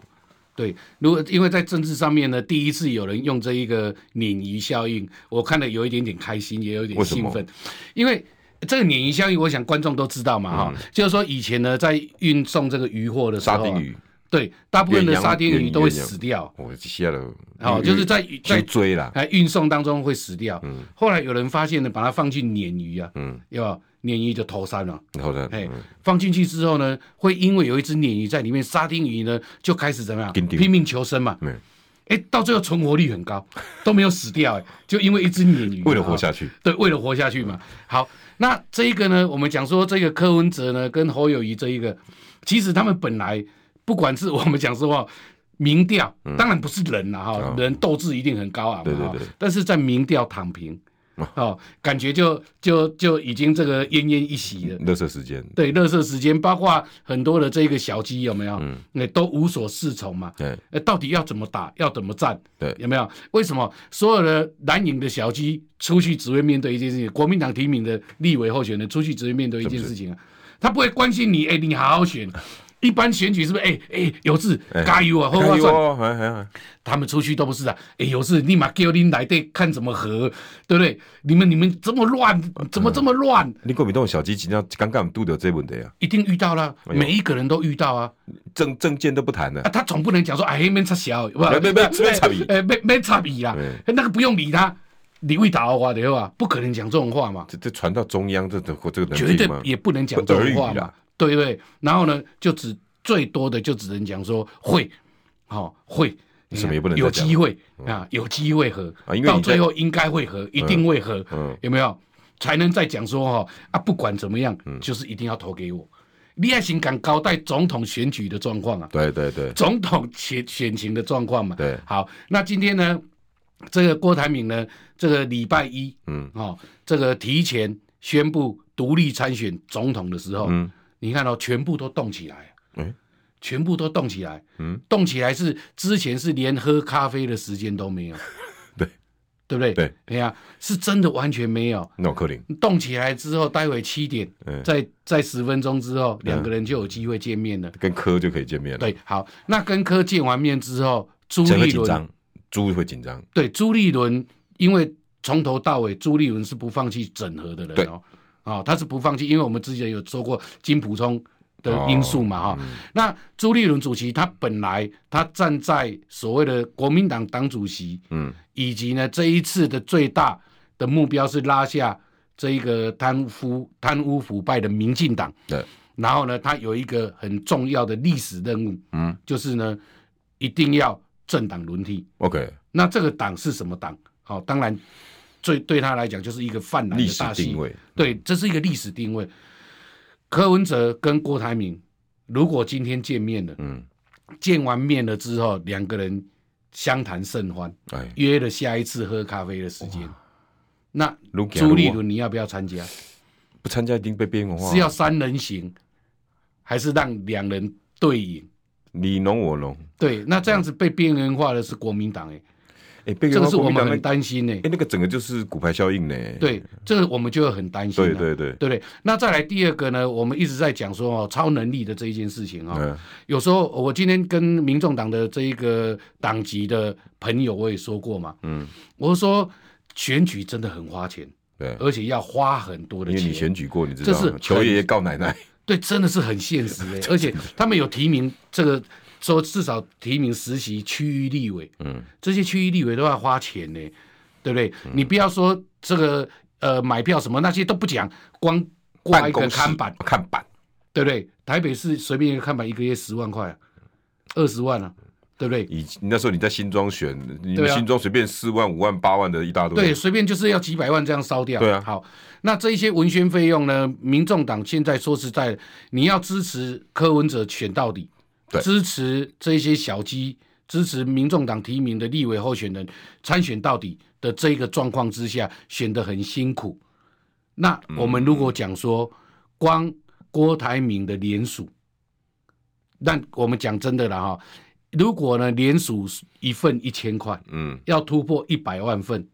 Speaker 2: 对，如果因为在政治上面呢，第一次有人用这一个鲶鱼效应，我看了有一点点开心，也有一点
Speaker 1: 为什么
Speaker 2: 兴奋，因为这个鲶鱼效应，我想观众都知道嘛，哈、就是说以前呢，在运送这个鱼货的时候
Speaker 1: 嗯沙
Speaker 2: 啊，
Speaker 1: 丁鱼，
Speaker 2: 对，大部分的
Speaker 1: 远洋
Speaker 2: 沙丁
Speaker 1: 远
Speaker 2: 鱼都会
Speaker 1: 远洋
Speaker 2: 死掉，
Speaker 1: 我下了，
Speaker 2: 哦，就是在在
Speaker 1: 去追啦，
Speaker 2: 哎，运送当中会死掉。后来有人发现呢，把它放进鲶鱼啊，嗯，有没有鲶鱼就头三了。
Speaker 1: 然后呢，
Speaker 2: 哎
Speaker 1: 嗯，
Speaker 2: 放进去之后呢，会因为有一只鲶鱼在里面，沙丁鱼呢就开始怎么样
Speaker 1: 跟丢
Speaker 2: 拼命求生嘛。
Speaker 1: 嗯
Speaker 2: 哎，到最后存活率很 高，都没有死掉，哎，就因为一只鲶鱼嘛
Speaker 1: 为了活
Speaker 2: 哈
Speaker 1: 下去，
Speaker 2: 对，为了活下去嘛。好，那这一个呢，我们讲说这个柯文哲呢跟侯友谊这一个，其实他们本来不管是 我们讲实话，民调当然不是人啦、哈、
Speaker 1: 嗯哦
Speaker 2: 人斗志一定很高昂嘛，
Speaker 1: 对对
Speaker 2: 哈
Speaker 1: 对
Speaker 2: 但是在民调躺平，
Speaker 1: 哦
Speaker 2: 哦，感觉就就就已经这个奄奄一息了。
Speaker 1: 乐色时间，
Speaker 2: 对，乐色时间，包括很多的这个小鸡有没有？那、都无所适从嘛。
Speaker 1: 对
Speaker 2: 呃，到底要怎么打，要怎么战，
Speaker 1: 哎对
Speaker 2: 有没有？为什么所有的蓝营的小鸡出去只会面对一件事情？国民党提名的立委候选人出去只会面对一件事情啊，他不会关心你，哎、你好好选。一般选举是不是？哎、哎、有志、
Speaker 1: 哎
Speaker 2: 加油啊，后
Speaker 1: 哎
Speaker 2: 话算。
Speaker 1: 呦，还还还，
Speaker 2: 他们出去都不是啊，哎、有事立马给我拎来对，看怎么和，对不对？你们你们这么乱，怎么这么乱？
Speaker 1: 你国民党的小鸡今天刚刚拄到这问题啊，
Speaker 2: 一定遇到啦，
Speaker 1: 哎呦
Speaker 2: 每一个人都遇到啊。
Speaker 1: 政政见都不谈了
Speaker 2: 啊，，他总不能讲说哎，免插小，不
Speaker 1: 没没没没插伊
Speaker 2: 哎，没没插笔啦
Speaker 1: 嗯，
Speaker 2: 那个不用理他，李卫打话的话，不可能讲这种话嘛，
Speaker 1: 这这传到中央，这这这个
Speaker 2: 绝
Speaker 1: 能力
Speaker 2: 对
Speaker 1: 吗？
Speaker 2: 也不能讲这种话
Speaker 1: 不耳语
Speaker 2: 嘛
Speaker 1: 啦，
Speaker 2: 对不对？然后呢，就只最多的就只能讲说会，好会。哎
Speaker 1: 什么也不能再
Speaker 2: 有
Speaker 1: 讲嗯
Speaker 2: 机会啊，有机会和
Speaker 1: 啊因为你在
Speaker 2: 到最后应该会和，一定会和
Speaker 1: 嗯，
Speaker 2: 有没有？才能再讲说哈啊，不管怎么样，
Speaker 1: 嗯
Speaker 2: 就是一定要投给我。你还先敢交代总统选举的状况啊？
Speaker 1: 对对对，
Speaker 2: 总统选选情的状况嘛。
Speaker 1: 对
Speaker 2: 好，那今天呢，这个郭台铭呢，这个礼拜一，
Speaker 1: 嗯，
Speaker 2: 哦，这个提前宣布独立参选总统的时候，
Speaker 1: 嗯，
Speaker 2: 你看到、哦、全部都动起来，啊
Speaker 1: 嗯，
Speaker 2: 全部都动起来，
Speaker 1: 嗯，
Speaker 2: 动起来是之前是连喝咖啡的时间都没有，
Speaker 1: 对，
Speaker 2: 对不对？
Speaker 1: 对，
Speaker 2: 哎呀、是真的完全没有。
Speaker 1: 那柯林，
Speaker 2: 动起来之后，待会七点，
Speaker 1: 嗯，
Speaker 2: 嗯在在十分钟之后，两个人就有机会见面了。
Speaker 1: 跟柯就可以见面了，，
Speaker 2: 对，好，那跟柯见完面之后，朱
Speaker 1: 谁会
Speaker 2: 立
Speaker 1: 紧
Speaker 2: 伦
Speaker 1: 张？猪会紧张，
Speaker 2: 对朱立伦，因为从头到尾朱立伦是不放弃整合的人哦，啊、他是不放弃，因为我们之前有说过金普聪的
Speaker 1: 哦
Speaker 2: 因素嘛哈、
Speaker 1: 嗯
Speaker 2: 那朱立伦主席他本来他站在所谓的国民党党主席，
Speaker 1: 嗯，
Speaker 2: 以及呢这一次的最大的目标是拉下这一个贪腐贪污腐败的民进党，
Speaker 1: 对，
Speaker 2: 然后呢，他有一个很重要的历史任务，
Speaker 1: 嗯，
Speaker 2: 就是呢，一定要政党轮替。
Speaker 1: ，OK，
Speaker 2: 那这个党是什么党？好、当然最对他来讲就是一个泛蓝
Speaker 1: 历
Speaker 2: 的
Speaker 1: 史
Speaker 2: 哎大戏
Speaker 1: 定，位，
Speaker 2: 对，这是一个历史定位。柯文哲跟郭台铭如果今天见面了，
Speaker 1: 嗯，
Speaker 2: 见完面了之后，两个人相谈甚欢，
Speaker 1: 哎，
Speaker 2: 约了下一次喝咖啡的时间。那
Speaker 1: 如果
Speaker 2: 朱立伦，你要不要参加？
Speaker 1: 不参加一定被边缘化，
Speaker 2: 是要三人行，还是让两人对饮？
Speaker 1: 你侬我侬，
Speaker 2: 对，那这样子被边缘化的是国民党哎、
Speaker 1: 哎，被
Speaker 2: 这
Speaker 1: 边缘
Speaker 2: 个
Speaker 1: 化，
Speaker 2: 是我
Speaker 1: 国民
Speaker 2: 们
Speaker 1: 党那
Speaker 2: 很担心哎、
Speaker 1: 哎，那个整个就是骨牌效应呢，
Speaker 2: 对，这个我们就会很担心、啊。
Speaker 1: 对对对，
Speaker 2: 对不对？那再来第二个呢，我们一直在讲说哦，超能力的这一件事情啊、
Speaker 1: 嗯
Speaker 2: 有时候我今天跟民众党的这一个党籍的朋友，我也说过嘛，
Speaker 1: 嗯，
Speaker 2: 我说选举真的很花钱，
Speaker 1: 对。
Speaker 2: 而且要花很多的
Speaker 1: 因为你
Speaker 2: 钱，
Speaker 1: 选举过，你知道
Speaker 2: 这是
Speaker 1: 吗求爷爷告奶奶，
Speaker 2: 对，真的是很现实 的、而且他们有提名这个。说至少提名实习区域立委，
Speaker 1: 嗯，
Speaker 2: 这些区域立委都要花钱呢、对不对？你不要说这个呃买票什么那些都不讲，光挂
Speaker 1: 办
Speaker 2: 一个
Speaker 1: 公室
Speaker 2: 看板，
Speaker 1: 看板，
Speaker 2: 对不对？台北市随便一个看板一个月十万块、啊，二十万啊，对不对？
Speaker 1: 以那时候你在新庄选，你
Speaker 2: 对
Speaker 1: 们
Speaker 2: 啊
Speaker 1: 新庄随便四万、五万、八万的一大堆。
Speaker 2: 对，随便就是要几百万这样烧掉。
Speaker 1: 对啊
Speaker 2: 好，那这一些文宣费用呢？民众党现在说实在的，你要支持柯文哲选到底，
Speaker 1: 对
Speaker 2: 支持这些小鸡，支持民众党提名的立委候选人参选到底的这个状况之下，选得很辛苦。那我们如果讲说，光郭台铭的联署，那我们讲真的了哈，如果呢联署一份一千块，
Speaker 1: 嗯，
Speaker 2: 要突破一百万份，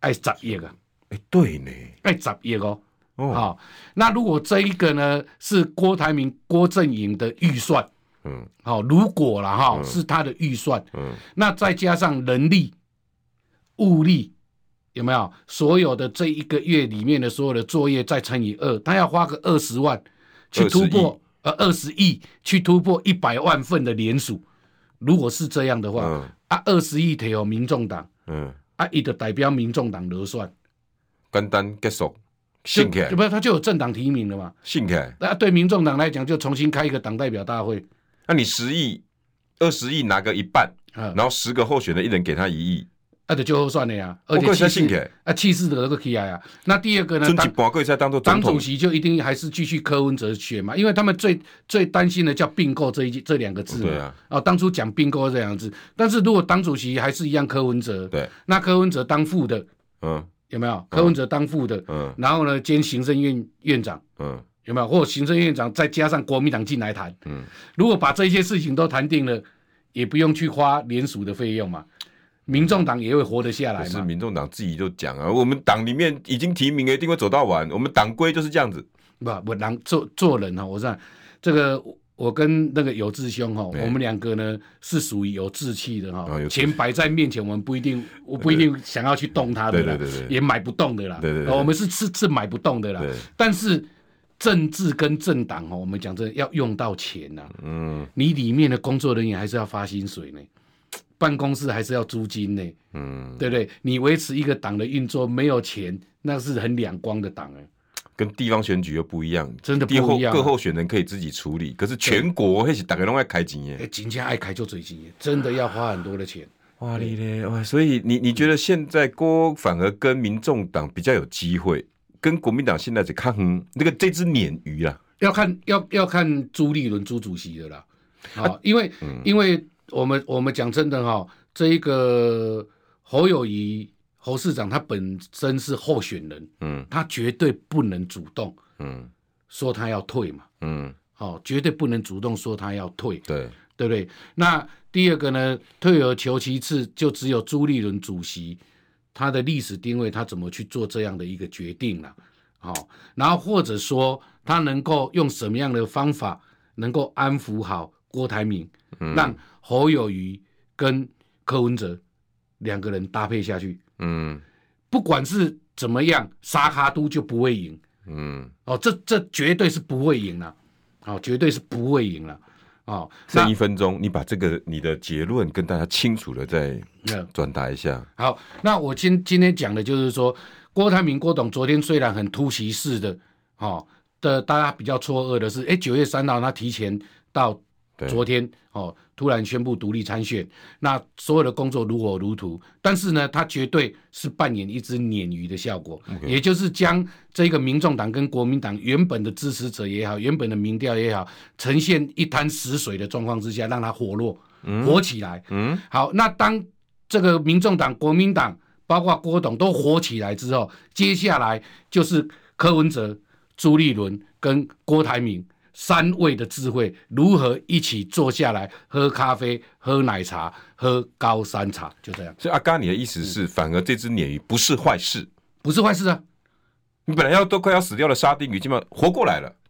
Speaker 2: 爱十亿啊，
Speaker 1: 哎、对呢，
Speaker 2: 爱十亿哦。
Speaker 1: 哦，
Speaker 2: 好、那如果这一个呢是郭台铭、郭正营的预算，
Speaker 1: 嗯
Speaker 2: 好、如果啦哈、是他的预算，
Speaker 1: 嗯，
Speaker 2: 那再加上人力、物力，有没有？所有的这一个月里面的所有的作业再乘以二，他要花个二十万去突破呃二十亿去突破一百万份的联署。如果是这样的话，
Speaker 1: 嗯
Speaker 2: 啊，二十亿条民众党。
Speaker 1: 嗯，
Speaker 2: 啊，伊就代表民众党落选，
Speaker 1: 简单结束，
Speaker 2: 就
Speaker 1: 信凯
Speaker 2: 就，不是他就有政党提名了嘛？
Speaker 1: 信凯，
Speaker 2: 那啊对民众党来讲，就重新开一个党代表大会
Speaker 1: 那你十亿、二十亿拿个一半，
Speaker 2: 啊，
Speaker 1: 然后十个候选人一人给他一亿，
Speaker 2: 那就就算了呀。而
Speaker 1: 我
Speaker 2: 且
Speaker 1: 更
Speaker 2: 气
Speaker 1: 相信
Speaker 2: 势
Speaker 1: 凯，
Speaker 2: 啊，气势的那个起来啊。那第二个呢
Speaker 1: 尊，
Speaker 2: 党
Speaker 1: 敬宝贵才当做总
Speaker 2: 党
Speaker 1: 统
Speaker 2: 主，席就一定还是继续柯文哲选嘛，因为他们最最担心的叫并购这一这两个字嘛。
Speaker 1: 对啊，
Speaker 2: 哦，当初讲并购这两个字，但是如果党主席还是一样柯文哲，
Speaker 1: 对，
Speaker 2: 那柯文哲当副的
Speaker 1: 嗯
Speaker 2: 有没有？柯文哲当副的，
Speaker 1: 嗯
Speaker 2: 然后呢兼行政院院长。
Speaker 1: 嗯，
Speaker 2: 有没有？或行政院长再加上国民党进来谈，嗯，如果把这些事情都谈定了，也不用去花联署的费用嘛，民众党也会活得下
Speaker 1: 可
Speaker 2: 来
Speaker 1: 是
Speaker 2: 嘛。
Speaker 1: 民众党自己就讲啊，我们党里面已经提名了，一定会走到完，我们党规就是这样子，
Speaker 2: 不，我当做做人哦哈，我是这个，我跟那个有志兄哈，
Speaker 1: 哎
Speaker 2: 我们两个呢是属于有志气的哈哦
Speaker 1: 啊有，志气
Speaker 2: 钱摆在面前，我们不一定，我不一定想要去动它的
Speaker 1: 对
Speaker 2: 啦，
Speaker 1: 对对对
Speaker 2: 也买不动的啦，
Speaker 1: 对对对
Speaker 2: 哦我们是是是买不动的啦
Speaker 1: 对，
Speaker 2: 但是。政治跟政党哦，我们讲真的要用到钱呐、
Speaker 1: 嗯
Speaker 2: 你里面的工作人员还是要发薪水呢，办公室还是要租金呢，
Speaker 1: 嗯，
Speaker 2: 对不对？你维持一个党的运作没有钱，那是很两光的党哎。
Speaker 1: 跟地方选举又不一样，
Speaker 2: 真的不
Speaker 1: 地后
Speaker 2: 一样啊
Speaker 1: 各候选人可以自己处理，可是全国那是大家都爱开钱耶
Speaker 2: 哎，。金钱爱开就最金耶，真的要花很多的钱。
Speaker 1: 哇你嘞哇！所以你你觉得现在郭反而跟民众党比较有机会，跟国民党现在只抗衡那个这只鲶鱼啊，
Speaker 2: 要看要要看朱立伦朱主席的啦，啊，因为、
Speaker 1: 嗯
Speaker 2: 因为我们我们讲真的哈、这一个侯友谊侯市长他本身是候选人，
Speaker 1: 嗯
Speaker 2: 他绝对不能主动
Speaker 1: 嗯
Speaker 2: 说他要退嘛，
Speaker 1: 嗯，
Speaker 2: 哦，绝对不能主动说他要退，
Speaker 1: 对，
Speaker 2: 对不对？那第二个呢，退而求其次，就只有朱立伦主席他的历史定位，他怎么去做这样的一个决定了、好、然后或者说他能够用什么样的方法能够安抚好郭台铭，让侯友谊跟柯文哲两个人搭配下去，
Speaker 1: 嗯
Speaker 2: 不管是怎么样，沙卡都就不会赢。
Speaker 1: 嗯，
Speaker 2: 哦，这这绝对是不会赢了，哦，绝对是不会赢了，哦，那
Speaker 1: 剩一分钟，你把这个你的结论跟大家清楚的再
Speaker 2: 嗯
Speaker 1: 转达一下。
Speaker 2: 好，那我今今天讲的就是说，郭台铭郭董昨天虽然很突袭式的，哦的，大家比较错愕的是，哎，九月三号他提前到
Speaker 1: 对
Speaker 2: 昨天哦，突然宣布独立参选，那所有的工作如火如荼，但是呢，他绝对是扮演一只鲶鱼的效果也就是将这个民众党跟国民党原本的支持者也好，原本的民调也好，呈现一滩死水的状况之下，让它活络、活起来。
Speaker 1: 嗯，
Speaker 2: 好，那当这个民众党、国民党，包括郭董都火起来之后，接下来就是柯文哲、朱立伦跟郭台铭三位的智慧如何一起坐下来喝咖啡、喝奶茶、喝高山茶，就这样，
Speaker 1: 所以阿嘎，你的意思
Speaker 2: 嗯
Speaker 1: 是，反而这只鲶鱼不是坏事，
Speaker 2: 不是坏事啊。
Speaker 1: 你本来要都快要死掉的沙丁鱼，基本上活过来了。